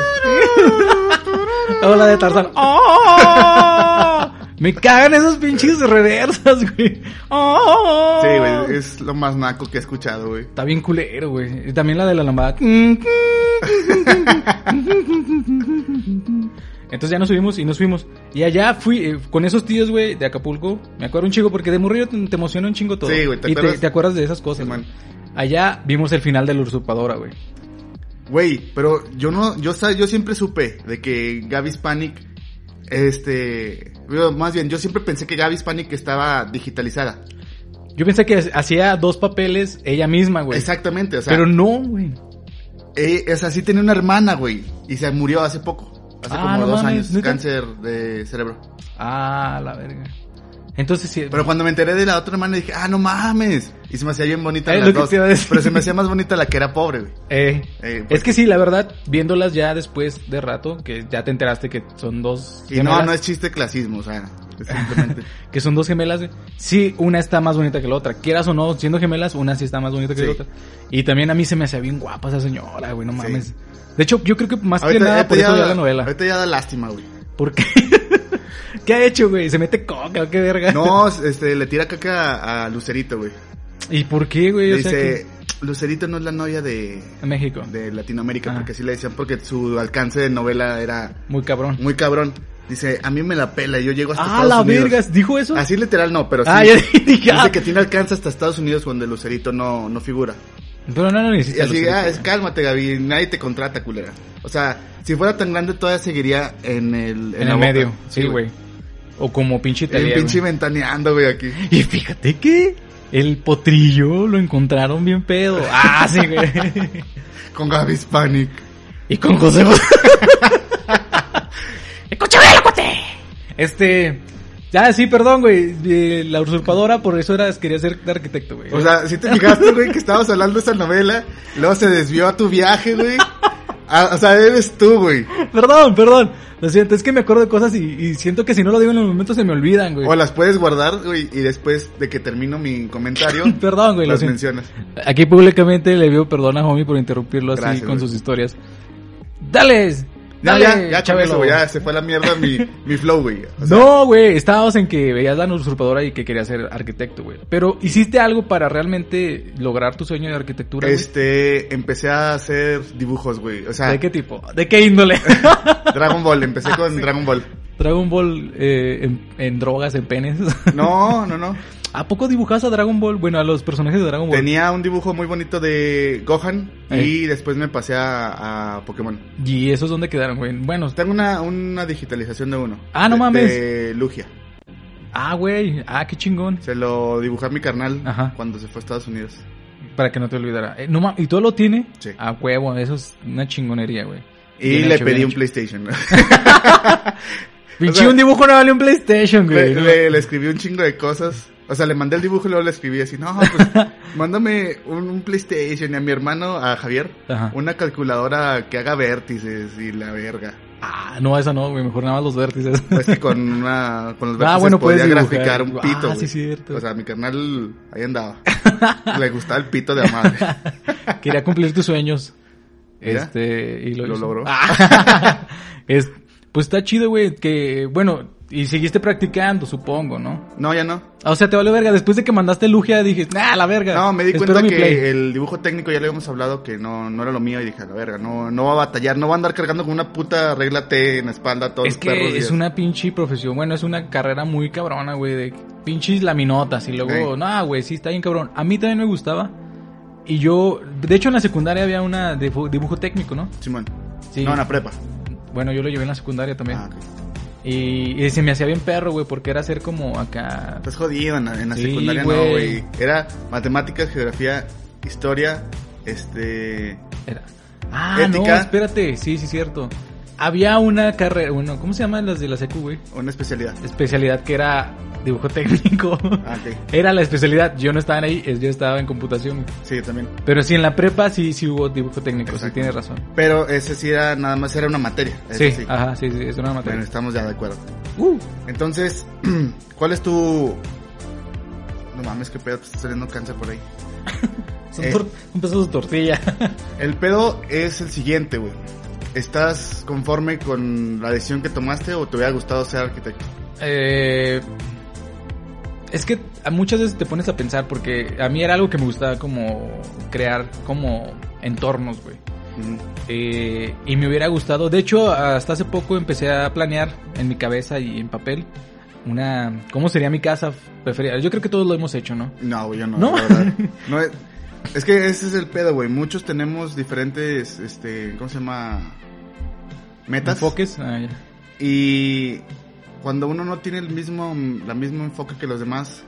[SPEAKER 1] Hola de Tarzán. ¡Oh! Me cagan esos pinches reversas, güey. ¡Oh!
[SPEAKER 2] Sí, güey. Es lo más naco que he escuchado, güey.
[SPEAKER 1] Está bien culero, güey. Y también la de la lambada. Entonces ya nos subimos y nos fuimos. Y allá fui eh, con esos tíos, güey, de Acapulco. Me acuerdo un chingo porque de morrillo te, te emociona un chingo todo.
[SPEAKER 2] Sí, güey, ¿te
[SPEAKER 1] y te,
[SPEAKER 2] acuerdas?
[SPEAKER 1] te acuerdas de esas cosas.
[SPEAKER 2] Sí, man.
[SPEAKER 1] güey. allá vimos el final de la usurpadora, güey.
[SPEAKER 2] Güey, pero yo no, yo sa- yo siempre supe de que Gaby Panic, este, digo, más bien, yo siempre pensé que Gaby Panic estaba digitalizada.
[SPEAKER 1] Yo pensé que hacía dos papeles ella misma, güey.
[SPEAKER 2] Exactamente, o sea,
[SPEAKER 1] Pero no, güey.
[SPEAKER 2] eh, o sea, sí tenía una hermana, güey, y se murió hace poco, hace
[SPEAKER 1] Ah,
[SPEAKER 2] como
[SPEAKER 1] no
[SPEAKER 2] dos
[SPEAKER 1] mames,
[SPEAKER 2] años,
[SPEAKER 1] ¿neta?
[SPEAKER 2] cáncer de cerebro.
[SPEAKER 1] Ah, la verga. Entonces sí.
[SPEAKER 2] Pero cuando me enteré de la otra hermana dije, ah, no mames, y se me hacía bien bonita
[SPEAKER 1] Es
[SPEAKER 2] las
[SPEAKER 1] lo que
[SPEAKER 2] dos,
[SPEAKER 1] te iba a decir.
[SPEAKER 2] pero se me hacía más bonita la que era pobre, güey.
[SPEAKER 1] Eh,
[SPEAKER 2] Eh,
[SPEAKER 1] es
[SPEAKER 2] pues-
[SPEAKER 1] que sí, la verdad, viéndolas ya después de rato, que ya te enteraste que son dos
[SPEAKER 2] Y no,
[SPEAKER 1] gemelas,
[SPEAKER 2] no es chiste clasismo, o sea, es simplemente.
[SPEAKER 1] que son dos gemelas, güey, sí, una está más bonita que la otra. Quieras o no, siendo gemelas, una sí está más bonita que
[SPEAKER 2] Sí.
[SPEAKER 1] la otra. Y también a mí se me hacía bien guapa esa señora, güey, no
[SPEAKER 2] Sí.
[SPEAKER 1] mames. De hecho, yo creo que más
[SPEAKER 2] Ahorita-
[SPEAKER 1] que nada
[SPEAKER 2] ahorita
[SPEAKER 1] por
[SPEAKER 2] ya
[SPEAKER 1] eso veía
[SPEAKER 2] da-
[SPEAKER 1] la novela.
[SPEAKER 2] Ahorita ya da lástima, güey.
[SPEAKER 1] ¿Por qué? ¿Qué ha hecho, güey? ¿Se mete coca o qué verga?
[SPEAKER 2] No, este, le tira caca a Lucerito, güey.
[SPEAKER 1] ¿Y por qué, güey?
[SPEAKER 2] Le
[SPEAKER 1] O sea,
[SPEAKER 2] dice, Lucerito no es la novia de,
[SPEAKER 1] que- en México.
[SPEAKER 2] de Latinoamérica,
[SPEAKER 1] Ah.
[SPEAKER 2] porque así le decían, porque su alcance de novela era
[SPEAKER 1] Muy cabrón.
[SPEAKER 2] muy cabrón. Dice, a mí me la pela, yo llego hasta
[SPEAKER 1] ah,
[SPEAKER 2] Estados
[SPEAKER 1] la
[SPEAKER 2] Unidos.
[SPEAKER 1] vergas. ¿Dijo eso?
[SPEAKER 2] Así literal no, pero sí.
[SPEAKER 1] ah, ya dije. ah.
[SPEAKER 2] Dice que tiene alcance hasta Estados Unidos cuando el Lucerito no, no figura.
[SPEAKER 1] Pero no, no
[SPEAKER 2] Y
[SPEAKER 1] necesitas.
[SPEAKER 2] así,
[SPEAKER 1] Lucerito,
[SPEAKER 2] ah,
[SPEAKER 1] güey.
[SPEAKER 2] es, cálmate Gaby, nadie te contrata, culera. O sea, si fuera tan grande todavía seguiría en el...
[SPEAKER 1] En
[SPEAKER 2] la
[SPEAKER 1] el
[SPEAKER 2] boca.
[SPEAKER 1] medio, sí, güey. O como pinche
[SPEAKER 2] El
[SPEAKER 1] italiano.
[SPEAKER 2] pinche ventaneando, güey, aquí.
[SPEAKER 1] Y fíjate que el potrillo lo encontraron bien pedo. Ah, sí, güey.
[SPEAKER 2] Con Gaby Hispanic.
[SPEAKER 1] y con José. ¡Escúchame, locote! Este. Ah, sí, perdón, güey. Eh, La usurpadora, por eso era, quería ser arquitecto, güey.
[SPEAKER 2] O sea, si te fijaste, güey, que estábamos hablando de esa novela, luego se desvió a tu viaje, güey. Ah, o sea, eres tú, güey.
[SPEAKER 1] perdón, perdón. Lo siento, es que me acuerdo de cosas y, y siento que si no lo digo en el momento se me olvidan, güey.
[SPEAKER 2] O las puedes guardar, güey, y después de que termino mi comentario,
[SPEAKER 1] Perdón, güey, lo
[SPEAKER 2] las
[SPEAKER 1] siento.
[SPEAKER 2] mencionas.
[SPEAKER 1] Aquí públicamente le pido perdón a Homie por interrumpirlo así
[SPEAKER 2] Gracias,
[SPEAKER 1] con
[SPEAKER 2] güey.
[SPEAKER 1] sus historias. ¡Dales!
[SPEAKER 2] No,
[SPEAKER 1] ¡Dale!
[SPEAKER 2] ya, ya, con
[SPEAKER 1] Chabelo!
[SPEAKER 2] eso, güey, ya se fue a la mierda mi, mi flow, güey. O sea,
[SPEAKER 1] no, güey, estábamos en que veías la usurpadora y que querías ser arquitecto, güey. Pero, ¿hiciste algo para realmente lograr tu sueño de arquitectura? güey?
[SPEAKER 2] Este, empecé a hacer dibujos, güey. O sea,
[SPEAKER 1] ¿De qué Ah, tipo? ¿De qué índole?
[SPEAKER 2] Dragon Ball, empecé con Dragon Ball.
[SPEAKER 1] Dragon Ball eh, en, en drogas, en penes.
[SPEAKER 2] No, no, no.
[SPEAKER 1] ¿A poco dibujabas a Dragon Ball? Bueno, a los personajes de Dragon Ball. Eh.
[SPEAKER 2] Tenía un dibujo muy bonito de Gohan y
[SPEAKER 1] Ey.
[SPEAKER 2] después me pasé a, a Pokémon.
[SPEAKER 1] ¿Y esos dónde quedaron, güey? Bueno,
[SPEAKER 2] Tengo una, una digitalización de uno.
[SPEAKER 1] Ah, no
[SPEAKER 2] De-
[SPEAKER 1] mames.
[SPEAKER 2] De Lugia.
[SPEAKER 1] ah, güey, ah, qué chingón.
[SPEAKER 2] Se lo dibujé a mi carnal
[SPEAKER 1] Ajá.
[SPEAKER 2] cuando se fue a Estados Unidos.
[SPEAKER 1] Para que no te olvidara. Eh, no ma- ¿Y todo lo tiene?
[SPEAKER 2] Sí.
[SPEAKER 1] A huevo, eso es una chingonería, güey.
[SPEAKER 2] Y
[SPEAKER 1] Bien
[SPEAKER 2] le
[SPEAKER 1] hecho,
[SPEAKER 2] pedí
[SPEAKER 1] bien
[SPEAKER 2] un
[SPEAKER 1] hecho.
[SPEAKER 2] PlayStation.
[SPEAKER 1] Pinche
[SPEAKER 2] sea-
[SPEAKER 1] un dibujo no vale un PlayStation, güey.
[SPEAKER 2] le, le- le escribí un chingo de cosas. O sea, le mandé el dibujo y luego le escribí así, no, pues, mándame un, un PlayStation y a mi hermano, a Javier,
[SPEAKER 1] Ajá.
[SPEAKER 2] una calculadora que haga vértices y la verga.
[SPEAKER 1] Ah, no, esa no, güey. Mejor nada más los vértices.
[SPEAKER 2] Pues que con una, con los
[SPEAKER 1] Ah,
[SPEAKER 2] vértices
[SPEAKER 1] bueno, puedes
[SPEAKER 2] podía
[SPEAKER 1] dibujar.
[SPEAKER 2] graficar un
[SPEAKER 1] Ah,
[SPEAKER 2] pito.
[SPEAKER 1] sí,
[SPEAKER 2] güey.
[SPEAKER 1] cierto.
[SPEAKER 2] O sea, mi carnal ahí andaba. le gustaba el pito de la madre.
[SPEAKER 1] Quería cumplir tus sueños.
[SPEAKER 2] Mira,
[SPEAKER 1] este, y lo,
[SPEAKER 2] lo
[SPEAKER 1] hizo.
[SPEAKER 2] logró.
[SPEAKER 1] Ah, es, pues está chido, güey. Que, bueno, y seguiste practicando, supongo, ¿no?
[SPEAKER 2] No, ya no.
[SPEAKER 1] O sea, te vale verga. Después de que mandaste Lugia, dije, nah, la verga.
[SPEAKER 2] No, me di
[SPEAKER 1] Espero
[SPEAKER 2] cuenta
[SPEAKER 1] mi
[SPEAKER 2] que
[SPEAKER 1] Play".
[SPEAKER 2] el dibujo técnico ya le habíamos hablado que no, no era lo mío y dije, a la verga, no, no va a batallar, no va a andar cargando con una puta regla T en la espalda todos
[SPEAKER 1] Es
[SPEAKER 2] los
[SPEAKER 1] que
[SPEAKER 2] perros.
[SPEAKER 1] es
[SPEAKER 2] días.
[SPEAKER 1] una pinche profesión, bueno, es una carrera muy cabrona, güey, de pinches laminotas y luego,
[SPEAKER 2] Ok.
[SPEAKER 1] no, güey, sí, está bien cabrón. A mí también me gustaba y yo, de hecho en la secundaria había una de fu- dibujo técnico, ¿no?
[SPEAKER 2] Simón.
[SPEAKER 1] Sí.
[SPEAKER 2] No, en la prepa.
[SPEAKER 1] Bueno, yo lo llevé en la secundaria también
[SPEAKER 2] Ah, ok.
[SPEAKER 1] y, y se me hacía bien perro, güey, porque era ser como acá...
[SPEAKER 2] Estás jodido en la, en la
[SPEAKER 1] Sí,
[SPEAKER 2] secundaria, no,
[SPEAKER 1] güey.
[SPEAKER 2] güey. Era matemáticas, geografía, historia, este...
[SPEAKER 1] Era... Ah, no,
[SPEAKER 2] Ética.
[SPEAKER 1] espérate, sí, sí, cierto. Había una carrera, bueno, ¿cómo se llaman las de la secu, güey?
[SPEAKER 2] Una especialidad.
[SPEAKER 1] Especialidad que era dibujo técnico.
[SPEAKER 2] Ah, ok.
[SPEAKER 1] Era la especialidad, yo no estaba en ahí, es- yo estaba en computación. güey.
[SPEAKER 2] Sí, también.
[SPEAKER 1] Pero sí, en la prepa sí, sí hubo dibujo técnico, sí
[SPEAKER 2] Exacto.
[SPEAKER 1] tienes razón.
[SPEAKER 2] Pero ese sí era, nada más era una materia.
[SPEAKER 1] Sí, Ah,
[SPEAKER 2] ese sí.
[SPEAKER 1] ajá, sí, sí, es una
[SPEAKER 2] Bueno, Eh.
[SPEAKER 1] materia.
[SPEAKER 2] estamos ya de acuerdo.
[SPEAKER 1] Uh,
[SPEAKER 2] Entonces, ¿cuál es tu...? No mames, qué pedo, te está saliendo cáncer por ahí.
[SPEAKER 1] son
[SPEAKER 2] Eh.
[SPEAKER 1] tor- un pedazo de tortilla.
[SPEAKER 2] El pedo es el siguiente, güey. ¿Estás conforme con la decisión que tomaste o te hubiera gustado ser arquitecto?
[SPEAKER 1] Eh, es que a muchas veces te pones a pensar porque a mí era algo que me gustaba como crear como entornos, güey.
[SPEAKER 2] Ujú.
[SPEAKER 1] Eh, y me hubiera gustado. De hecho, hasta hace poco empecé a planear en mi cabeza y en papel una... ¿Cómo sería mi casa preferida? Yo creo que todos lo hemos hecho, ¿no?
[SPEAKER 2] No, güey, yo no.
[SPEAKER 1] ¿No?
[SPEAKER 2] la verdad. No, es, es que ese es el pedo, güey. Muchos tenemos diferentes, este, ¿cómo se llama? Metas.
[SPEAKER 1] Enfoques. ah, ya.
[SPEAKER 2] Y cuando uno no tiene el mismo, la mismo enfoque que los demás,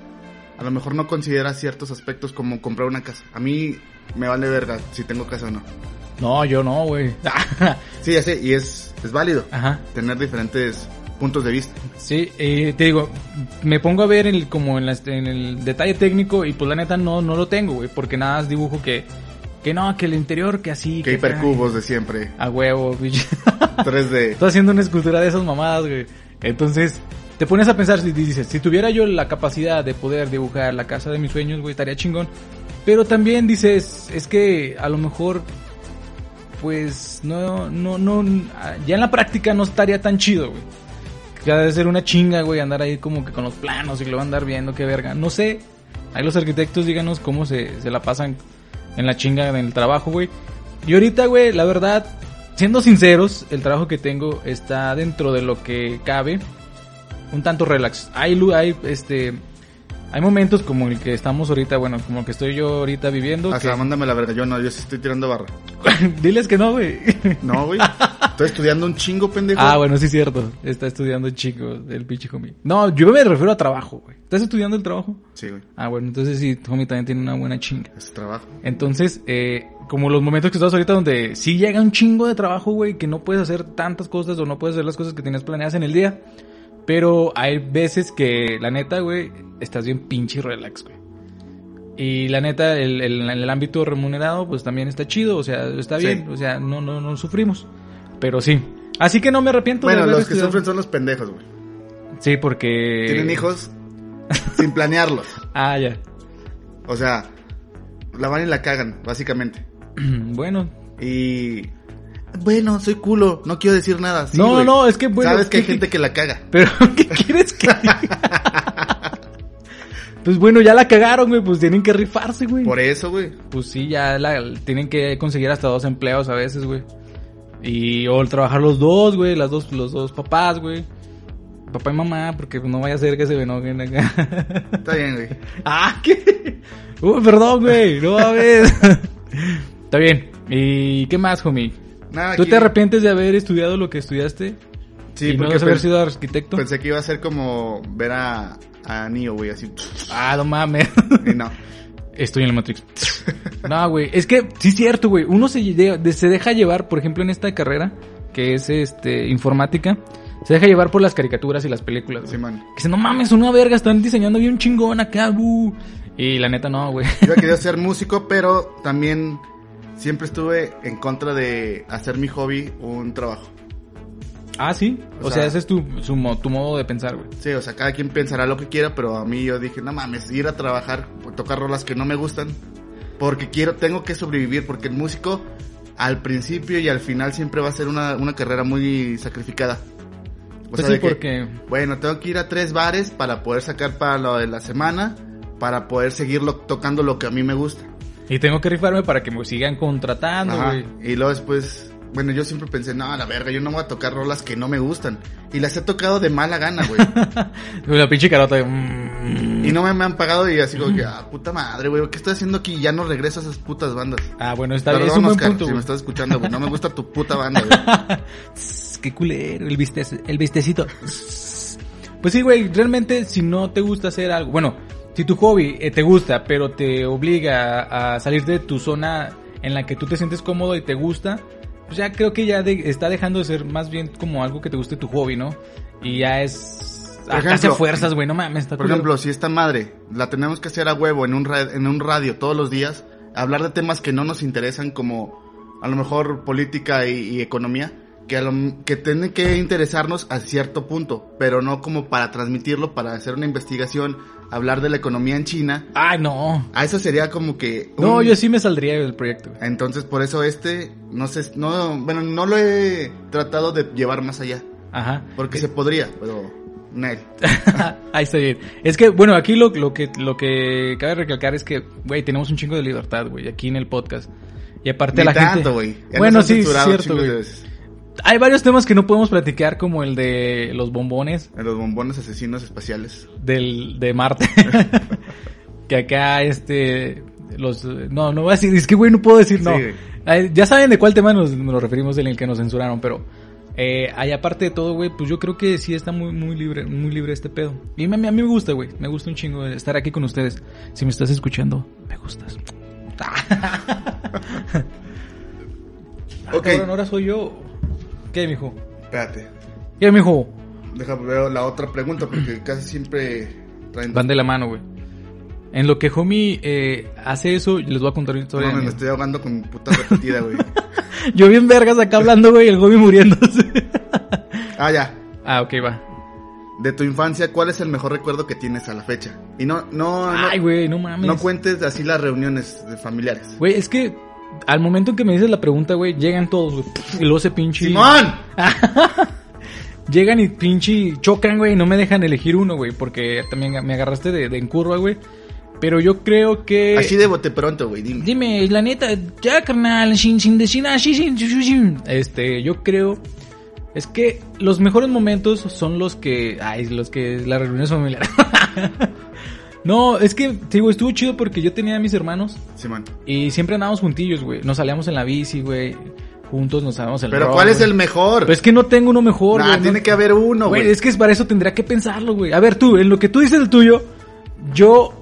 [SPEAKER 2] a lo mejor no considera ciertos aspectos como comprar una casa. A mí me vale verga si tengo casa o no.
[SPEAKER 1] No, yo no, güey.
[SPEAKER 2] Sí, ya sé, y es, es válido
[SPEAKER 1] Ajá.
[SPEAKER 2] tener diferentes puntos de vista.
[SPEAKER 1] Sí, eh, te digo, me pongo a ver el, como en, las- en el detalle técnico y pues la neta no, no lo tengo, güey, porque nada más dibujo que, que no, que el interior, que así,
[SPEAKER 2] Que
[SPEAKER 1] que acá.
[SPEAKER 2] hipercubos de siempre.
[SPEAKER 1] A huevo, pinche.
[SPEAKER 2] 3D.
[SPEAKER 1] Estoy haciendo una escultura de esas mamadas, güey. Entonces, te pones a pensar y dices, si tuviera yo la capacidad de poder dibujar la casa de mis sueños, güey, estaría chingón. Pero también dices, es que a lo mejor, pues, no, no, no, ya en la práctica no estaría tan chido, güey. Ya debe ser una chinga, güey, andar ahí como que con los planos y lo andar viendo, qué verga. No sé. Ahí los arquitectos, díganos cómo se, se la pasan en la chinga en el trabajo, güey. Y ahorita, güey, la verdad, siendo sinceros, el trabajo que tengo está dentro de lo que cabe. Un tanto relax. Hay, lu- hay, este, hay momentos como el que estamos ahorita, bueno, como el que estoy yo ahorita viviendo.
[SPEAKER 2] O
[SPEAKER 1] que-
[SPEAKER 2] sea, mándame la verga. Yo no, yo sí estoy tirando barra.
[SPEAKER 1] Diles que no, güey.
[SPEAKER 2] No, güey. Estoy estudiando un chingo, pendejo.
[SPEAKER 1] Ah, bueno, sí es cierto. Está estudiando chico, el pinche homie. No, yo me refiero a trabajo, güey. ¿Estás estudiando el trabajo?
[SPEAKER 2] Sí, güey.
[SPEAKER 1] Ah, bueno, entonces sí, tu homie también tiene una buena chinga.
[SPEAKER 2] Es trabajo.
[SPEAKER 1] Entonces, eh, como los momentos que estás ahorita donde sí llega un chingo de trabajo, güey, que no puedes hacer tantas cosas o no puedes hacer las cosas que tenías planeadas en el día. Pero hay veces que, la neta, güey, estás bien pinche relax, güey. Y la neta, el, el- el ámbito remunerado, pues también está chido, o sea, está
[SPEAKER 2] Sí.
[SPEAKER 1] bien, o sea, no, no, no sufrimos. Pero sí. Así que no me arrepiento de
[SPEAKER 2] Bueno,
[SPEAKER 1] haber
[SPEAKER 2] los que
[SPEAKER 1] estudiado.
[SPEAKER 2] sufren son los pendejos, güey.
[SPEAKER 1] Sí, porque.
[SPEAKER 2] Tienen hijos sin planearlos.
[SPEAKER 1] Ah, ya.
[SPEAKER 2] O sea, la van y la cagan, básicamente.
[SPEAKER 1] bueno.
[SPEAKER 2] Y. Bueno, soy culo, no quiero decir nada. Sí,
[SPEAKER 1] No,
[SPEAKER 2] güey.
[SPEAKER 1] no, es que, bueno,
[SPEAKER 2] Sabes que hay
[SPEAKER 1] ¿qué-
[SPEAKER 2] gente que la caga.
[SPEAKER 1] Pero, ¿qué quieres que diga? Pues bueno, ya la cagaron, güey. Pues tienen que rifarse, güey.
[SPEAKER 2] Por e- eso, güey.
[SPEAKER 1] Pues sí, ya la, tienen que conseguir hasta dos empleos a veces, güey. Y o el trabajar los dos, güey. Las dos, los dos papás, güey. Papá y mamá, porque pues, no vaya a ser que se venoguen acá.
[SPEAKER 2] Está bien, güey.
[SPEAKER 1] ah, ¿qué? Uy, perdón, güey. No mames. Está bien. ¿Y qué más, homie?
[SPEAKER 2] Nada,
[SPEAKER 1] ¿Tú
[SPEAKER 2] aquí-
[SPEAKER 1] te arrepientes de haber estudiado lo que estudiaste?
[SPEAKER 2] Sí,
[SPEAKER 1] y no
[SPEAKER 2] porque
[SPEAKER 1] de haber
[SPEAKER 2] pen-
[SPEAKER 1] sido arquitecto.
[SPEAKER 2] pensé que iba a ser como ver a, a Neo, güey, así.
[SPEAKER 1] Ah, no mames.
[SPEAKER 2] Y no.
[SPEAKER 1] Estoy en el Matrix. no, güey. Es que sí es cierto, güey. Uno se, lle- de- se deja llevar, por ejemplo, en esta carrera, que es este informática, se deja llevar por las caricaturas y las películas. güey.
[SPEAKER 2] Simón.
[SPEAKER 1] que se no mames, una verga, están diseñando bien chingón acá, bu". Y la neta, no, güey.
[SPEAKER 2] Yo quería ser músico, pero también siempre estuve en contra de hacer mi hobby un trabajo.
[SPEAKER 1] Ah, sí. O,
[SPEAKER 2] O
[SPEAKER 1] sea,
[SPEAKER 2] sea,
[SPEAKER 1] ese es tu, su mo- tu modo de pensar, güey.
[SPEAKER 2] Sí, o sea, cada quien pensará lo que quiera, pero a mí yo dije, no mames, ir a trabajar, tocar rolas que no me gustan, porque quiero, tengo que sobrevivir, porque el músico al principio y al final siempre va a ser una, una carrera muy sacrificada. O
[SPEAKER 1] Pues
[SPEAKER 2] sea,
[SPEAKER 1] sí,
[SPEAKER 2] de que,
[SPEAKER 1] porque-
[SPEAKER 2] bueno, tengo que ir a tres bares para poder sacar para lo de la semana, para poder seguirlo tocando lo que a mí me gusta.
[SPEAKER 1] Y tengo que rifarme para que me sigan contratando,
[SPEAKER 2] Ajá,
[SPEAKER 1] güey.
[SPEAKER 2] Y luego después, bueno, yo siempre pensé, no, a la verga, yo no voy a tocar rolas que no me gustan. Y las he tocado de mala gana, güey.
[SPEAKER 1] La pinche carota de... "Mm".
[SPEAKER 2] Y no me, me han pagado y así como que, ah, puta madre, güey, ¿qué estoy haciendo aquí? Ya no regreso a esas putas bandas.
[SPEAKER 1] Ah, bueno, está bien.
[SPEAKER 2] Perdón,
[SPEAKER 1] Es un buen
[SPEAKER 2] Oscar,
[SPEAKER 1] punto,
[SPEAKER 2] si me
[SPEAKER 1] güey.
[SPEAKER 2] estás escuchando, güey, no me gusta tu puta banda, güey.
[SPEAKER 1] Tss, Qué culero, el, vistece- el vistecito. Tss. Pues sí, güey, realmente si no te gusta hacer algo, bueno, si tu hobby eh, te gusta, pero te obliga a, a salir de tu zona en la que tú te sientes cómodo y te gusta, pues ya creo que ya de- está dejando de ser más bien como algo que te guste tu hobby, ¿no? Y ya es...
[SPEAKER 2] Por
[SPEAKER 1] Ah,
[SPEAKER 2] ejemplo-
[SPEAKER 1] hace fuerzas, güey, no mames. Está
[SPEAKER 2] Por
[SPEAKER 1] culero.
[SPEAKER 2] ejemplo, si esta madre la tenemos que hacer a huevo en un, ra- en un radio todos los días, hablar de temas que no nos interesan como a lo mejor política y, y economía, que, a lo- que tienen que interesarnos a cierto punto, pero no como para transmitirlo, para hacer una investigación, hablar de la economía en China.
[SPEAKER 1] Ay, no.
[SPEAKER 2] A eso sería como que...
[SPEAKER 1] No,
[SPEAKER 2] un-
[SPEAKER 1] yo sí me saldría del proyecto. güey.
[SPEAKER 2] Entonces, por eso este, no sé, no, bueno, no lo he tratado de llevar más allá,
[SPEAKER 1] Ajá.
[SPEAKER 2] porque se podría, pero, nel.
[SPEAKER 1] Ahí está bien. Es que, bueno, aquí lo, lo que lo que cabe recalcar es que, güey, tenemos un chingo de libertad, güey, aquí en el podcast. Y aparte
[SPEAKER 2] Ni
[SPEAKER 1] este, la gente.
[SPEAKER 2] tanto, güey. Ya
[SPEAKER 1] Bueno,
[SPEAKER 2] nos han
[SPEAKER 1] sí, es
[SPEAKER 2] censurado
[SPEAKER 1] cierto,
[SPEAKER 2] chingos de
[SPEAKER 1] güey.
[SPEAKER 2] veces.
[SPEAKER 1] Hay varios temas que no podemos platicar, como el de los bombones
[SPEAKER 2] En los bombones asesinos espaciales.
[SPEAKER 1] del, de Marte. que acá, este, los, no, no voy a decir, es que, güey, no puedo decir, no.
[SPEAKER 2] Sí, güey.
[SPEAKER 1] Eh, ya saben de cuál tema nos, nos referimos, en el que nos censuraron, pero, eh, ahí aparte de todo, güey, pues yo creo que sí está muy, muy libre, muy libre este pedo. Y me- a mí, me gusta, güey, me gusta un chingo estar aquí con ustedes. Si me estás escuchando, me gustas. Ah,
[SPEAKER 2] Ok.
[SPEAKER 1] cabrón, ahora soy yo. ¿Qué, mijo?
[SPEAKER 2] Espérate,
[SPEAKER 1] ¿Qué, mijo?
[SPEAKER 2] déjame ver la otra pregunta, porque casi siempre traen...
[SPEAKER 1] Van de la mano, güey. En lo que homie eh, hace eso, les voy a contar una
[SPEAKER 2] No,
[SPEAKER 1] historia. de
[SPEAKER 2] mames,
[SPEAKER 1] mí.
[SPEAKER 2] me estoy ahogando con puta repetida, güey.
[SPEAKER 1] Yo bien vergas acá hablando, güey, y el homie muriéndose.
[SPEAKER 2] Ah, ya.
[SPEAKER 1] ah, ok, va.
[SPEAKER 2] De tu infancia, ¿cuál es el mejor recuerdo que tienes a la fecha? Y no, no, no,
[SPEAKER 1] Ay, güey, no mames.
[SPEAKER 2] no cuentes así las reuniones de familiares.
[SPEAKER 1] Güey, es que al momento en que me dices la pregunta, güey, llegan todos, güey. Y luego se pinche.
[SPEAKER 2] ¡Simón!
[SPEAKER 1] Llegan y pinche chocan, güey, y no me dejan elegir uno, güey, porque también me agarraste de, de en curva, güey. Pero yo creo que...
[SPEAKER 2] Así de bote pronto, güey, dime.
[SPEAKER 1] Dime, la neta, ya carnal, sin, sin decir así, sin, sin- sin. Este, yo creo. Es que los mejores momentos son los que. Ay, los que. Las reuniones familiares. no, es que, te digo, estuvo chido porque yo tenía a mis hermanos
[SPEAKER 2] Simón.
[SPEAKER 1] y siempre andábamos juntillos, güey. Nos salíamos en la bici, güey. Juntos nos salíamos el
[SPEAKER 2] Pero
[SPEAKER 1] rock,
[SPEAKER 2] ¿cuál es
[SPEAKER 1] güey.
[SPEAKER 2] el mejor?
[SPEAKER 1] Pero es que no tengo uno mejor,
[SPEAKER 2] Nah,
[SPEAKER 1] güey, no-
[SPEAKER 2] tiene que haber uno,
[SPEAKER 1] Güey,
[SPEAKER 2] güey.
[SPEAKER 1] es que es para eso tendría que pensarlo, güey. A ver, tú, en lo que tú dices el tuyo, yo,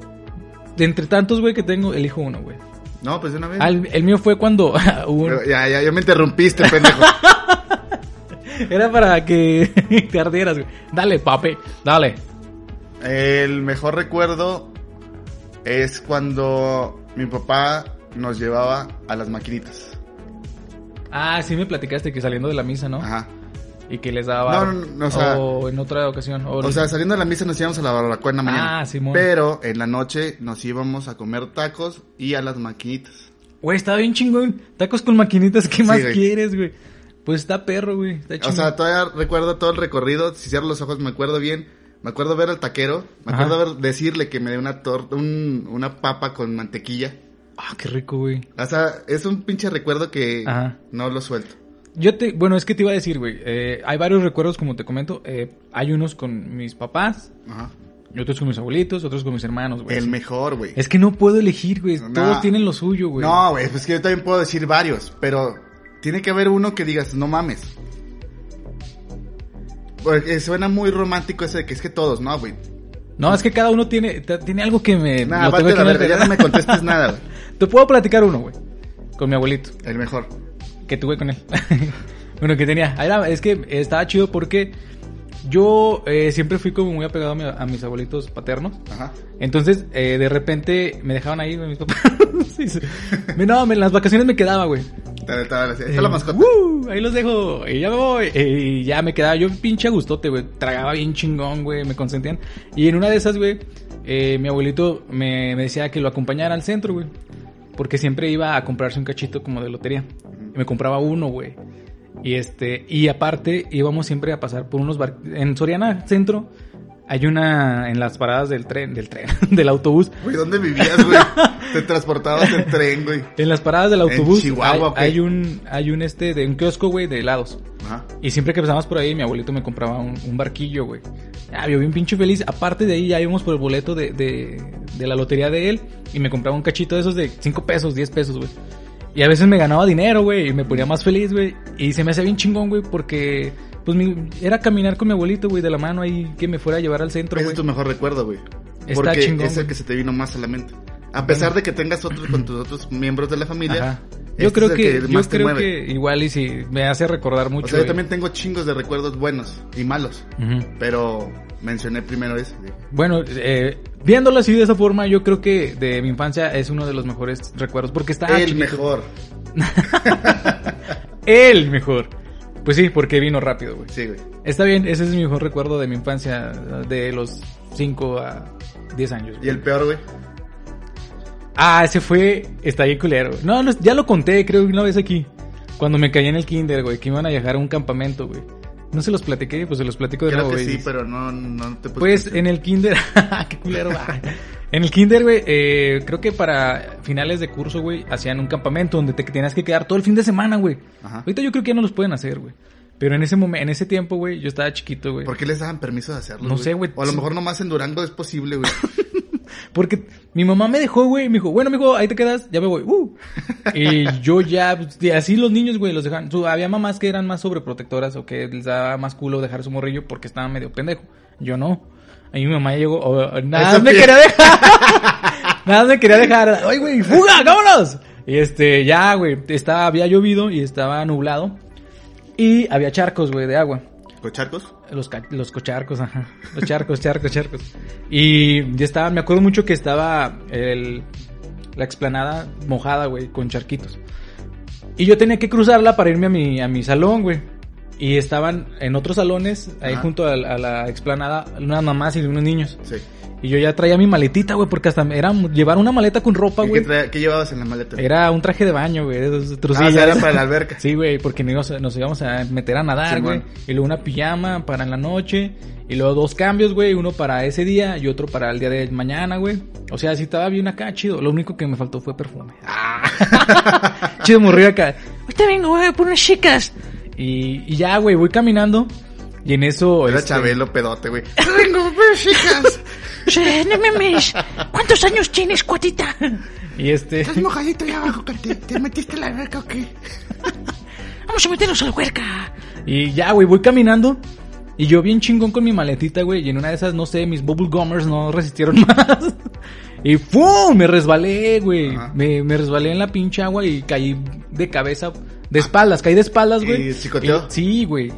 [SPEAKER 1] de entre tantos, güey, que tengo, elijo uno, güey.
[SPEAKER 2] No, pues de una vez.
[SPEAKER 1] Ah, el, el mío fue cuando hubo un-
[SPEAKER 2] Pero Ya, ya, ya me interrumpiste, pendejo. eh,
[SPEAKER 1] era para que te ardieras, güey. Dale, papi, dale.
[SPEAKER 2] El mejor recuerdo es cuando mi papá nos llevaba a las maquinitas.
[SPEAKER 1] Ah, sí me platicaste que saliendo de la misa, ¿no?
[SPEAKER 2] Ajá.
[SPEAKER 1] Y que les daba
[SPEAKER 2] No, no, no, o sea-
[SPEAKER 1] o en otra ocasión.
[SPEAKER 2] O sea, saliendo de la misa nos íbamos a la barbacoa en la mañana.
[SPEAKER 1] Ah, Simón.
[SPEAKER 2] Pero en la noche nos íbamos a comer tacos y a las maquinitas.
[SPEAKER 1] güey, está bien chingón. Tacos con maquinitas, ¿qué
[SPEAKER 2] Sí,
[SPEAKER 1] más
[SPEAKER 2] güey.
[SPEAKER 1] quieres, güey? Pues está perro, güey. Está
[SPEAKER 2] O
[SPEAKER 1] chingón.
[SPEAKER 2] sea, todavía recuerdo todo el recorrido. Si cierro los ojos, me acuerdo bien. Me acuerdo ver al taquero. Me
[SPEAKER 1] Ajá.
[SPEAKER 2] acuerdo ver- decirle que me dé una torta, un- una papa con mantequilla.
[SPEAKER 1] ah, qué rico, güey.
[SPEAKER 2] O sea, es un pinche recuerdo que
[SPEAKER 1] Ajá.
[SPEAKER 2] no lo suelto.
[SPEAKER 1] Yo te, bueno, es que te iba a decir, güey. eh, hay varios recuerdos, como te comento. eh, hay unos con mis papás,
[SPEAKER 2] Ajá.
[SPEAKER 1] y otros con mis abuelitos, otros con mis hermanos, güey.
[SPEAKER 2] El mejor, güey.
[SPEAKER 1] Es que no puedo elegir, güey.
[SPEAKER 2] No.
[SPEAKER 1] Todos tienen lo suyo, güey.
[SPEAKER 2] No, güey, pues que yo también puedo decir varios, pero tiene que haber uno que digas, no mames. Porque suena muy romántico ese de que es que todos, no, güey.
[SPEAKER 1] No, es que cada uno tiene, ta- tiene algo que me...
[SPEAKER 2] Nada,
[SPEAKER 1] lo
[SPEAKER 2] vete
[SPEAKER 1] tengo
[SPEAKER 2] a la
[SPEAKER 1] que
[SPEAKER 2] verga, ya
[SPEAKER 1] notar.
[SPEAKER 2] no me contestes nada, güey.
[SPEAKER 1] Te puedo platicar uno, güey. Con mi abuelito,
[SPEAKER 2] El mejor.
[SPEAKER 1] que tuve con él. bueno, que tenía. Era- es que estaba chido porque yo eh, siempre fui como muy apegado a, mi- a mis abuelitos paternos.
[SPEAKER 2] Ajá.
[SPEAKER 1] Entonces, eh, de repente me dejaban ahí, güey, mis papás. Sí, sí. no, me- en las vacaciones me quedaba, güey.
[SPEAKER 2] Tal, tal, así. Ahí
[SPEAKER 1] Eh,
[SPEAKER 2] Está la mascota.
[SPEAKER 1] ¡uh! ahí los dejo. Y ya me voy. Eh, Y ya me quedaba yo pinche a gustote, güey. Tragaba bien chingón, güey. Me consentían. Y en una de esas, güey, eh, mi abuelito me, me decía que lo acompañara al centro, güey. Porque siempre iba a comprarse un cachito como de lotería. Y me compraba uno, güey. Y este, y aparte íbamos siempre a pasar por unos bar... En Soriana Centro hay una en las paradas del tren, del tren, del autobús.
[SPEAKER 2] Güey, ¿dónde vivías, güey? Te transportabas en tren, güey.
[SPEAKER 1] En las paradas del
[SPEAKER 2] En
[SPEAKER 1] autobús
[SPEAKER 2] Chihuahua,
[SPEAKER 1] hay-
[SPEAKER 2] ¿o qué?
[SPEAKER 1] hay, un hay un este de un kiosco, güey, de helados.
[SPEAKER 2] Ajá.
[SPEAKER 1] Y siempre que pasábamos por ahí, mi abuelito me compraba un, un barquillo, güey. Ah, yo bien pinche feliz. Aparte de ahí, ya íbamos por el boleto de, de, de la lotería de él. Y me compraba un cachito de esos de 5 pesos, 10 pesos, güey. Y a veces me ganaba dinero, güey. Y me ponía más feliz, güey. Y se me hacía bien chingón, güey. Porque, pues, mi- era caminar con mi abuelito, güey, de la mano ahí. Que me fuera a llevar al centro,
[SPEAKER 2] Ese
[SPEAKER 1] güey.
[SPEAKER 2] es tu mejor recuerdo, güey.
[SPEAKER 1] Está
[SPEAKER 2] Porque
[SPEAKER 1] chingón,
[SPEAKER 2] es el
[SPEAKER 1] güey.
[SPEAKER 2] que se te vino más a la mente. A pesar de que tengas otros con tus otros miembros de la familia,
[SPEAKER 1] Ajá.
[SPEAKER 2] este
[SPEAKER 1] Yo creo
[SPEAKER 2] es el
[SPEAKER 1] que, yo
[SPEAKER 2] más te
[SPEAKER 1] creo
[SPEAKER 2] mueve.
[SPEAKER 1] que igual y si me hace recordar mucho.
[SPEAKER 2] O sea, yo
[SPEAKER 1] güey.
[SPEAKER 2] también tengo chingos de recuerdos buenos y malos.
[SPEAKER 1] Ujú.
[SPEAKER 2] Pero mencioné primero ese. güey.
[SPEAKER 1] Bueno, eh, viéndolo así de esa forma, yo creo que de mi infancia es uno de los mejores recuerdos porque está ah,
[SPEAKER 2] el
[SPEAKER 1] chiquito.
[SPEAKER 2] mejor.
[SPEAKER 1] El mejor. Pues sí, porque vino rápido, güey.
[SPEAKER 2] Sí, güey.
[SPEAKER 1] Está bien, ese es mi mejor recuerdo de mi infancia, de los 5 a 10 años.
[SPEAKER 2] Y
[SPEAKER 1] güey.
[SPEAKER 2] el peor, güey.
[SPEAKER 1] Ah, ese fue, está bien culero. güey. No, no, ya lo conté, creo que una vez aquí. Cuando me caí en el kinder, güey, que iban a viajar a un campamento, güey. No se los platiqué, pues se los platico de
[SPEAKER 2] Creo
[SPEAKER 1] nuevo,
[SPEAKER 2] que
[SPEAKER 1] güey.
[SPEAKER 2] sí, pero no, no te
[SPEAKER 1] Pues en el kinder, ah, qué culero. va. en el kinder, güey, eh, creo que para finales de curso, güey, hacían un campamento donde te tenías que quedar todo el fin de semana, güey.
[SPEAKER 2] Ajá.
[SPEAKER 1] Ahorita yo creo que ya no los pueden hacer, güey. Pero en ese momento, en ese tiempo, güey, yo estaba chiquito, güey.
[SPEAKER 2] ¿Por qué les daban permiso de hacerlo?
[SPEAKER 1] No sé, güey.
[SPEAKER 2] O a lo mejor nomás en Durango es posible, güey.
[SPEAKER 1] Porque mi mamá me dejó, güey, y me dijo, bueno, mijo, ahí te quedas, ya me voy. Uh. y yo ya, pues, y así los niños, güey, los dejaban. Su- había mamás que eran más sobreprotectoras o que les daba más culo dejar su morrillo porque estaba medio pendejo. Yo no. A mí mi mamá llegó, oh, nada
[SPEAKER 2] Eso
[SPEAKER 1] más me
[SPEAKER 2] pi-
[SPEAKER 1] quería dejar. nada más me quería dejar. Ay, güey, fuga, vámonos. Y este, ya, güey, estaba, había llovido y estaba nublado. Y había charcos, güey, de agua.
[SPEAKER 2] ¿Con charcos?
[SPEAKER 1] Los, ca- los cocharcos, ajá. Los charcos, charcos, charcos. Y ya estaba, me acuerdo mucho que estaba el, la explanada mojada, güey, con charquitos. Y yo tenía que cruzarla para irme a mi, a mi salón, güey. Y estaban en otros salones, ahí
[SPEAKER 2] Ajá.
[SPEAKER 1] junto a, la- a la explanada, unas mamás y unos niños.
[SPEAKER 2] Sí.
[SPEAKER 1] Y yo ya traía mi maletita, güey, porque hasta era llevar una maleta con ropa,
[SPEAKER 2] ¿Qué, qué
[SPEAKER 1] güey. Eh,
[SPEAKER 2] trae- qué llevabas en la maleta?
[SPEAKER 1] Era un traje de baño, güey, de esos
[SPEAKER 2] Ah, o
[SPEAKER 1] trucillas.
[SPEAKER 2] sea, era para la alberca.
[SPEAKER 1] Sí, güey, porque nos, nos íbamos a meter a nadar, güey.
[SPEAKER 2] Simón.
[SPEAKER 1] Y luego una pijama para en la noche. Y luego dos cambios, güey. Uno para ese día y otro para el día de mañana, güey. O sea, sí estaba bien acá, chido. Lo único que me faltó fue perfume. Ah. chido, murió acá. Ahorita vengo, güey, por unas chicas. Y, y ya, güey, voy caminando. Y en eso...
[SPEAKER 2] Era
[SPEAKER 1] este,
[SPEAKER 2] Chabelo pedote, güey. Vengo, güey, chicas.
[SPEAKER 3] Sí, no mames. ¿Cuántos años tienes, cuatita?
[SPEAKER 1] Y este...
[SPEAKER 2] Estás mojadito ahí abajo, que te, te metiste en la alberca o qué.
[SPEAKER 3] Vamos a meternos a la huerca.
[SPEAKER 1] Y ya, güey, voy caminando. Y yo bien chingón con mi maletita, güey. Y en una de esas, no sé, mis bubble gummers no resistieron más. Y ¡pum! Me resbalé, güey.
[SPEAKER 2] Ajá.
[SPEAKER 1] Me, me resbalé en la pinche agua y caí de cabeza. De espaldas, caí de espaldas,
[SPEAKER 2] ¿Y
[SPEAKER 1] güey.
[SPEAKER 2] chicoteó?
[SPEAKER 1] Y- Sí, güey.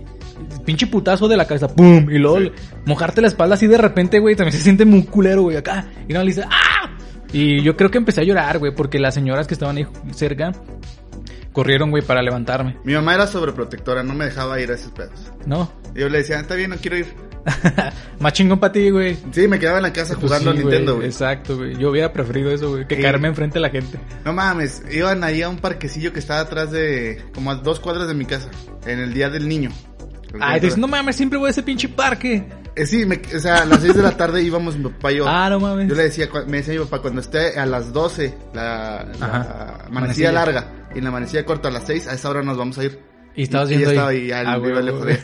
[SPEAKER 1] Pinche putazo de la cabeza, ¡pum! Y luego mojarte la espalda así de repente, güey. También se siente muy culero, güey, acá. Y no le dice ¡ah! Y yo creo que empecé a llorar, güey, porque las señoras que estaban ahí cerca corrieron, güey, para levantarme.
[SPEAKER 2] Mi mamá era sobreprotectora, no me dejaba ir a esos pedos.
[SPEAKER 1] No,
[SPEAKER 2] Yo le decía, está bien, no quiero ir.
[SPEAKER 1] Más chingón para ti, güey.
[SPEAKER 2] Sí, me quedaba en la casa
[SPEAKER 1] Pues
[SPEAKER 2] jugando
[SPEAKER 1] sí,
[SPEAKER 2] a Nintendo, güey.
[SPEAKER 1] Exacto, güey. Yo hubiera preferido eso, güey. Que
[SPEAKER 2] Sí. Pues
[SPEAKER 1] caerme enfrente de la gente.
[SPEAKER 2] No mames, iban ahí a un parquecillo que estaba atrás de. como a dos cuadras de mi casa. En el día del niño.
[SPEAKER 1] Ay, Ah, dices, no mames, siempre voy a ese pinche parque.
[SPEAKER 2] Eh, sí, me- o sea, a las 6 de la tarde íbamos mi papá y yo.
[SPEAKER 1] Ah, no mames.
[SPEAKER 2] Yo le decía, cua- me decía mi papá, cuando esté a las 12, la, la
[SPEAKER 1] Ajá. Manecilla.
[SPEAKER 2] manecilla larga y la manecilla corta a las 6, a esa hora nos vamos a ir.
[SPEAKER 1] Y estabas
[SPEAKER 2] ya
[SPEAKER 1] viendo
[SPEAKER 2] estaba
[SPEAKER 1] ahí.
[SPEAKER 2] ahí, ya
[SPEAKER 1] Ah,
[SPEAKER 2] el-
[SPEAKER 1] güey,
[SPEAKER 2] iba a la
[SPEAKER 1] güey.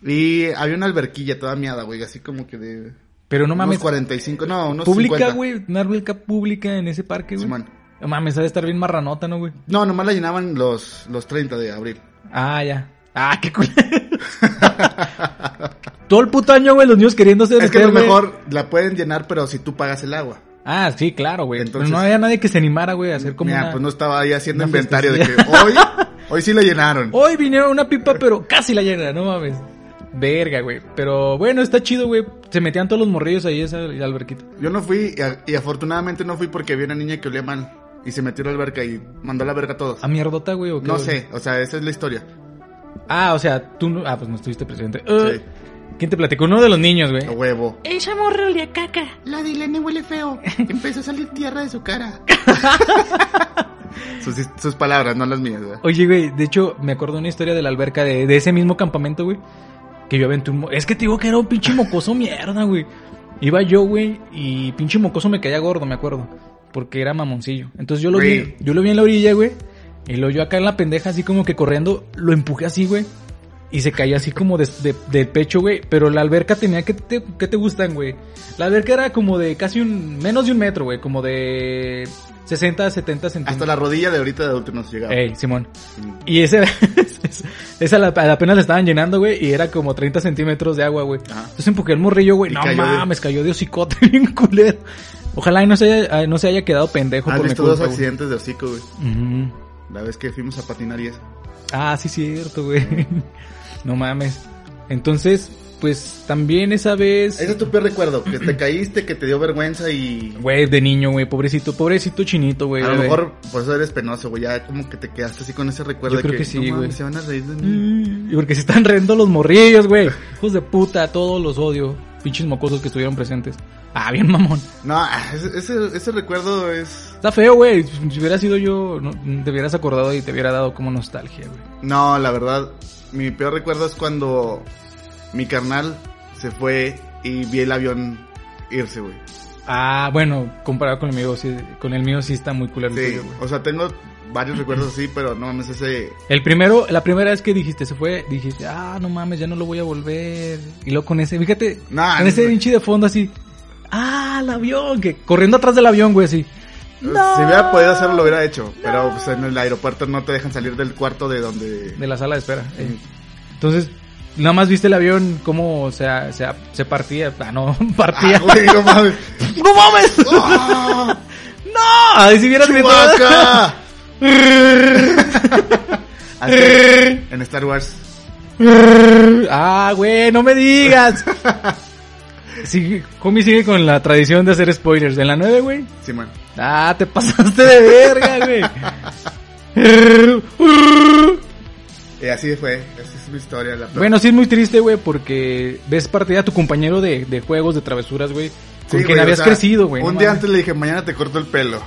[SPEAKER 2] Y había una alberquilla toda miada, güey, así como que de...
[SPEAKER 1] Pero no mames.
[SPEAKER 2] Unos 45, no, unos
[SPEAKER 1] Pública,
[SPEAKER 2] 50.
[SPEAKER 1] güey. Una alberca pública en ese parque, güey.
[SPEAKER 2] Simón.
[SPEAKER 1] No mames, ha de estar bien marranota, ¿no, güey?
[SPEAKER 2] No, nomás la llenaban los, los 30 de abril.
[SPEAKER 1] Ah, ya. Ah, qué cool. Todo el puto año, güey, los niños queriendo ser.
[SPEAKER 2] Es que a lo mejor la pueden llenar, pero si tú pagas el agua.
[SPEAKER 1] Ah, sí, claro, güey. Pero
[SPEAKER 2] Entonces-
[SPEAKER 1] no había nadie que se animara, güey, a hacer como.
[SPEAKER 2] Mira,
[SPEAKER 1] una-
[SPEAKER 2] pues no estaba ahí haciendo
[SPEAKER 1] una
[SPEAKER 2] inventario de que
[SPEAKER 1] fiestecilla.
[SPEAKER 2] hoy, hoy sí la llenaron.
[SPEAKER 1] Hoy vinieron una pipa, pero casi la llena, no mames. Verga, güey. Pero bueno, está chido, güey. Se metían todos los morrillos ahí esa el alberquita.
[SPEAKER 2] Yo no fui y, a- y afortunadamente no fui porque había una niña que olía mal y se metió a la alberca y mandó a la verga a todos.
[SPEAKER 1] A mierdota, güey, o qué,
[SPEAKER 2] No
[SPEAKER 1] güey?
[SPEAKER 2] sé, o sea, esa es la historia.
[SPEAKER 1] Ah, o sea, tú no. Ah, pues no estuviste presente. Uh,
[SPEAKER 2] Sí.
[SPEAKER 1] ¿Quién te platicó? Uno de los niños, güey.
[SPEAKER 2] A huevo.
[SPEAKER 3] Esa morra olía a caca.
[SPEAKER 2] La de Lenny huele feo. Empezó a salir tierra de su cara. sus, sus palabras, no las mías, ¿verdad?
[SPEAKER 1] Oye, güey, de hecho, me acuerdo una historia de la alberca de, de ese mismo campamento, güey. Que yo aventé un. mo- Es que te digo que era un pinche mocoso mierda, güey. Iba yo, güey, y pinche mocoso me caía gordo, me acuerdo. Porque era mamoncillo. Entonces yo lo vi,
[SPEAKER 2] Güey.
[SPEAKER 1] yo lo vi en la orilla, güey. Y lo yo acá en la pendeja, así como que corriendo, lo empujé así, güey. Y se cayó así como de, de- del pecho, güey. Pero la alberca tenía que te, que te gustan, güey. La alberca era como de casi un. menos de un metro, güey. Como de 60, 70 centímetros.
[SPEAKER 2] Hasta la rodilla de ahorita de adulto nos llegaba.
[SPEAKER 1] Ey, Simón.
[SPEAKER 2] Mm.
[SPEAKER 1] Y ese, esa la, apenas la estaban llenando, güey, y era como 30 centímetros de agua, güey.
[SPEAKER 2] Ajá.
[SPEAKER 1] Entonces empujé el morrillo, güey.
[SPEAKER 2] Y
[SPEAKER 1] No
[SPEAKER 2] cayó de-
[SPEAKER 1] mames, cayó de hocicote bien culero. Ojalá y no se haya, ah, no se haya quedado pendejo
[SPEAKER 2] Has
[SPEAKER 1] por mi
[SPEAKER 2] visto dos
[SPEAKER 1] pues culpa, güey.
[SPEAKER 2] accidentes de hocico, güey.
[SPEAKER 1] Ujú.
[SPEAKER 2] La vez que fuimos a patinar y eso.
[SPEAKER 1] Ah, sí, cierto, güey. no mames. Entonces, pues también esa vez.
[SPEAKER 2] Ese es tu peor recuerdo, que te caíste, que te dio vergüenza y...
[SPEAKER 1] Güey, de niño, güey, pobrecito, pobrecito chinito, güey.
[SPEAKER 2] a lo
[SPEAKER 1] bebé.
[SPEAKER 2] mejor por eso eres penoso, güey. Ya como que te quedaste así con ese recuerdo.
[SPEAKER 1] Yo
[SPEAKER 2] de
[SPEAKER 1] creo que
[SPEAKER 2] que
[SPEAKER 1] sí,
[SPEAKER 2] "No mames,
[SPEAKER 1] güey.
[SPEAKER 2] Se van a reír de mí.
[SPEAKER 1] Y porque se están riendo los morrillos, güey. Hijos de puta, a todos los odio. Pinches mocosos que estuvieron presentes. Ah, bien mamón.
[SPEAKER 2] No, ah, ese, ese, ese recuerdo es...
[SPEAKER 1] Está feo, güey. Si hubiera sido yo, no, te hubieras acordado y te hubiera dado como nostalgia, güey.
[SPEAKER 2] No, la verdad, mi peor recuerdo es cuando mi carnal se fue y vi el avión irse, güey.
[SPEAKER 1] Ah, bueno, comparado con el mío, sí, con el mío sí está muy cool el
[SPEAKER 2] Sí,
[SPEAKER 1] tuyo, güey.
[SPEAKER 2] o sea, tengo varios recuerdos así, pero no mames, ese...
[SPEAKER 1] El primero, la primera vez que dijiste se fue, dijiste, ah, no mames, ya no lo voy a volver. Y luego con ese, fíjate,
[SPEAKER 2] Nah,
[SPEAKER 1] con ese
[SPEAKER 2] no-
[SPEAKER 1] pinche de fondo así, ah, el avión, que corriendo atrás del avión, güey, así. No.
[SPEAKER 2] Si hubiera podido hacerlo, lo hubiera hecho. Pero pues, en el aeropuerto no te dejan salir del cuarto de donde...
[SPEAKER 1] De la sala de espera. eh. Entonces, nada más viste el avión, cómo, o sea, se, se partía, ah, no,
[SPEAKER 2] Ah,
[SPEAKER 1] partía.
[SPEAKER 2] güey, no mames.
[SPEAKER 1] ¡No mames!
[SPEAKER 2] ¡Ah!
[SPEAKER 1] ¡No! Ahí si vieras mi
[SPEAKER 2] ¡Vaca! Así, en Star Wars.
[SPEAKER 1] Ah, güey, no me digas. Sí, Homie sigue con la tradición de hacer spoilers. ¿En la 9, güey?
[SPEAKER 2] Sí, man.
[SPEAKER 1] Ah, te pasaste de verga, güey.
[SPEAKER 2] Y Eh, así fue. Esa es mi historia. La
[SPEAKER 1] bueno, sí es muy triste, güey, porque ves partida a tu compañero de, de juegos, de travesuras, güey. Con quien
[SPEAKER 2] güey, o
[SPEAKER 1] habías
[SPEAKER 2] sea,
[SPEAKER 1] crecido, güey.
[SPEAKER 2] Un
[SPEAKER 1] no
[SPEAKER 2] día
[SPEAKER 1] mames.
[SPEAKER 2] antes le dije, mañana te corto el pelo.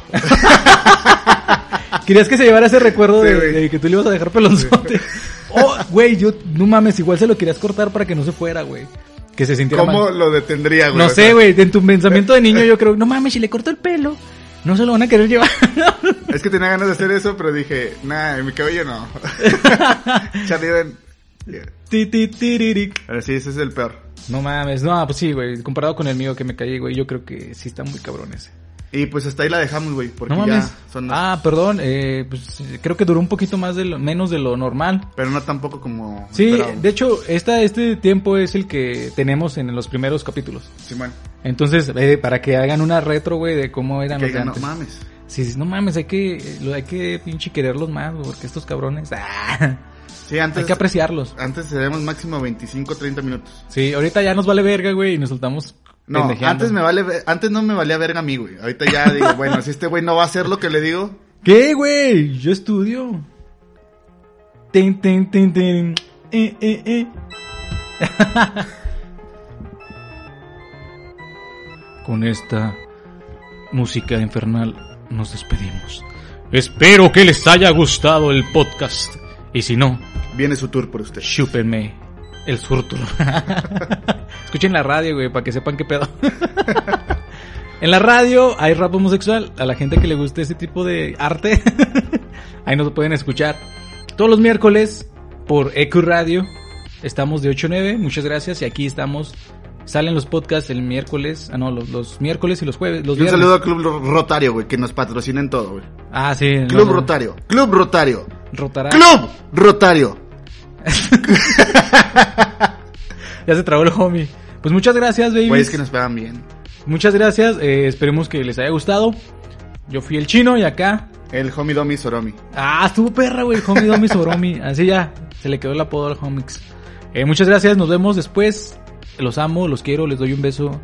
[SPEAKER 1] Querías que se llevara ese recuerdo
[SPEAKER 2] Sí,
[SPEAKER 1] de,
[SPEAKER 2] güey.
[SPEAKER 1] de que tú le ibas a dejar pelonzote. Oh, güey, yo, no mames, igual se lo querías cortar para que no se fuera, güey. Que se sintiera
[SPEAKER 2] ¿Cómo
[SPEAKER 1] mal.
[SPEAKER 2] lo detendría, güey?
[SPEAKER 1] No
[SPEAKER 2] O
[SPEAKER 1] sé,
[SPEAKER 2] sea,
[SPEAKER 1] güey, en tu pensamiento de niño yo creo, no mames, si le corto el pelo, no se lo van a querer llevar.
[SPEAKER 2] Es que tenía ganas de hacer eso, pero dije, nah, en mi cabello no. Charlie, ven.
[SPEAKER 1] Ti, ti, tiriric.
[SPEAKER 2] Pero sí, ese es el peor.
[SPEAKER 1] No mames, no, pues sí, güey, comparado con el mío que me caí, güey, yo creo que sí está muy cabrón ese.
[SPEAKER 2] Y pues hasta ahí la dejamos, güey, porque
[SPEAKER 1] No
[SPEAKER 2] ya
[SPEAKER 1] mames.
[SPEAKER 2] son...
[SPEAKER 1] Ah, perdón, eh, pues eh, creo que duró un poquito más de lo, menos de lo normal.
[SPEAKER 2] Pero no tampoco como...
[SPEAKER 1] Sí,
[SPEAKER 2] esperábamos.
[SPEAKER 1] de hecho, esta, este tiempo es el que tenemos en los primeros capítulos.
[SPEAKER 2] Simón.
[SPEAKER 1] Entonces, eh, para que hagan una retro, güey, de cómo eran
[SPEAKER 2] Que
[SPEAKER 1] los de
[SPEAKER 2] digan, no
[SPEAKER 1] antes.
[SPEAKER 2] mames.
[SPEAKER 1] Sí, sí, no mames, hay que, lo, hay que pinche quererlos más, güey, porque estos cabrones, ah,
[SPEAKER 2] Sí, antes...
[SPEAKER 1] hay que apreciarlos.
[SPEAKER 2] Antes seremos máximo 25, 30 minutos.
[SPEAKER 1] Sí, ahorita ya nos vale verga, güey, y nos soltamos
[SPEAKER 2] No,
[SPEAKER 1] pendejeando.
[SPEAKER 2] antes me vale... ve- Antes no me valía verga a mí, güey. Ahorita ya digo, bueno, si este güey no va a hacer lo que le digo...
[SPEAKER 1] ¿Qué, güey? Yo estudio. Tin, tin, tin, tin. Eh, eh, eh. Con esta música infernal nos despedimos. Espero que les haya gustado el podcast. Y si no,
[SPEAKER 2] Viene su tour por usted.
[SPEAKER 1] chúpenme el surtur. Escuchen la radio, güey, para que sepan qué pedo. en la radio hay rap homosexual. A la gente que le guste ese tipo de arte, ahí nos pueden escuchar. Todos los miércoles por EQ Radio. Estamos de 8 a 9. Muchas gracias. Y aquí estamos. Salen los podcasts el miércoles. Ah, no, los, los miércoles y los jueves. Los
[SPEAKER 2] Y un
[SPEAKER 1] viernes.
[SPEAKER 2] saludo al Club Rotario, güey, que nos patrocinen todo, güey.
[SPEAKER 1] Ah, sí. no,
[SPEAKER 2] Club
[SPEAKER 1] no.
[SPEAKER 2] Rotario. Club Rotario.
[SPEAKER 1] Rotará.
[SPEAKER 2] Club Rotario.
[SPEAKER 1] Ya se trabó el homie. Pues muchas gracias, baby.
[SPEAKER 2] Güey, es que nos pagan bien.
[SPEAKER 1] Muchas gracias, eh, esperemos que les haya gustado. Yo fui el chino y acá.
[SPEAKER 2] El Homie Domi Soromi.
[SPEAKER 1] Ah, estuvo perra, güey, homie domi soromi. Así ya, se le quedó el apodo al homix. Eh, muchas gracias, nos vemos después. Los amo, los quiero, les doy un beso.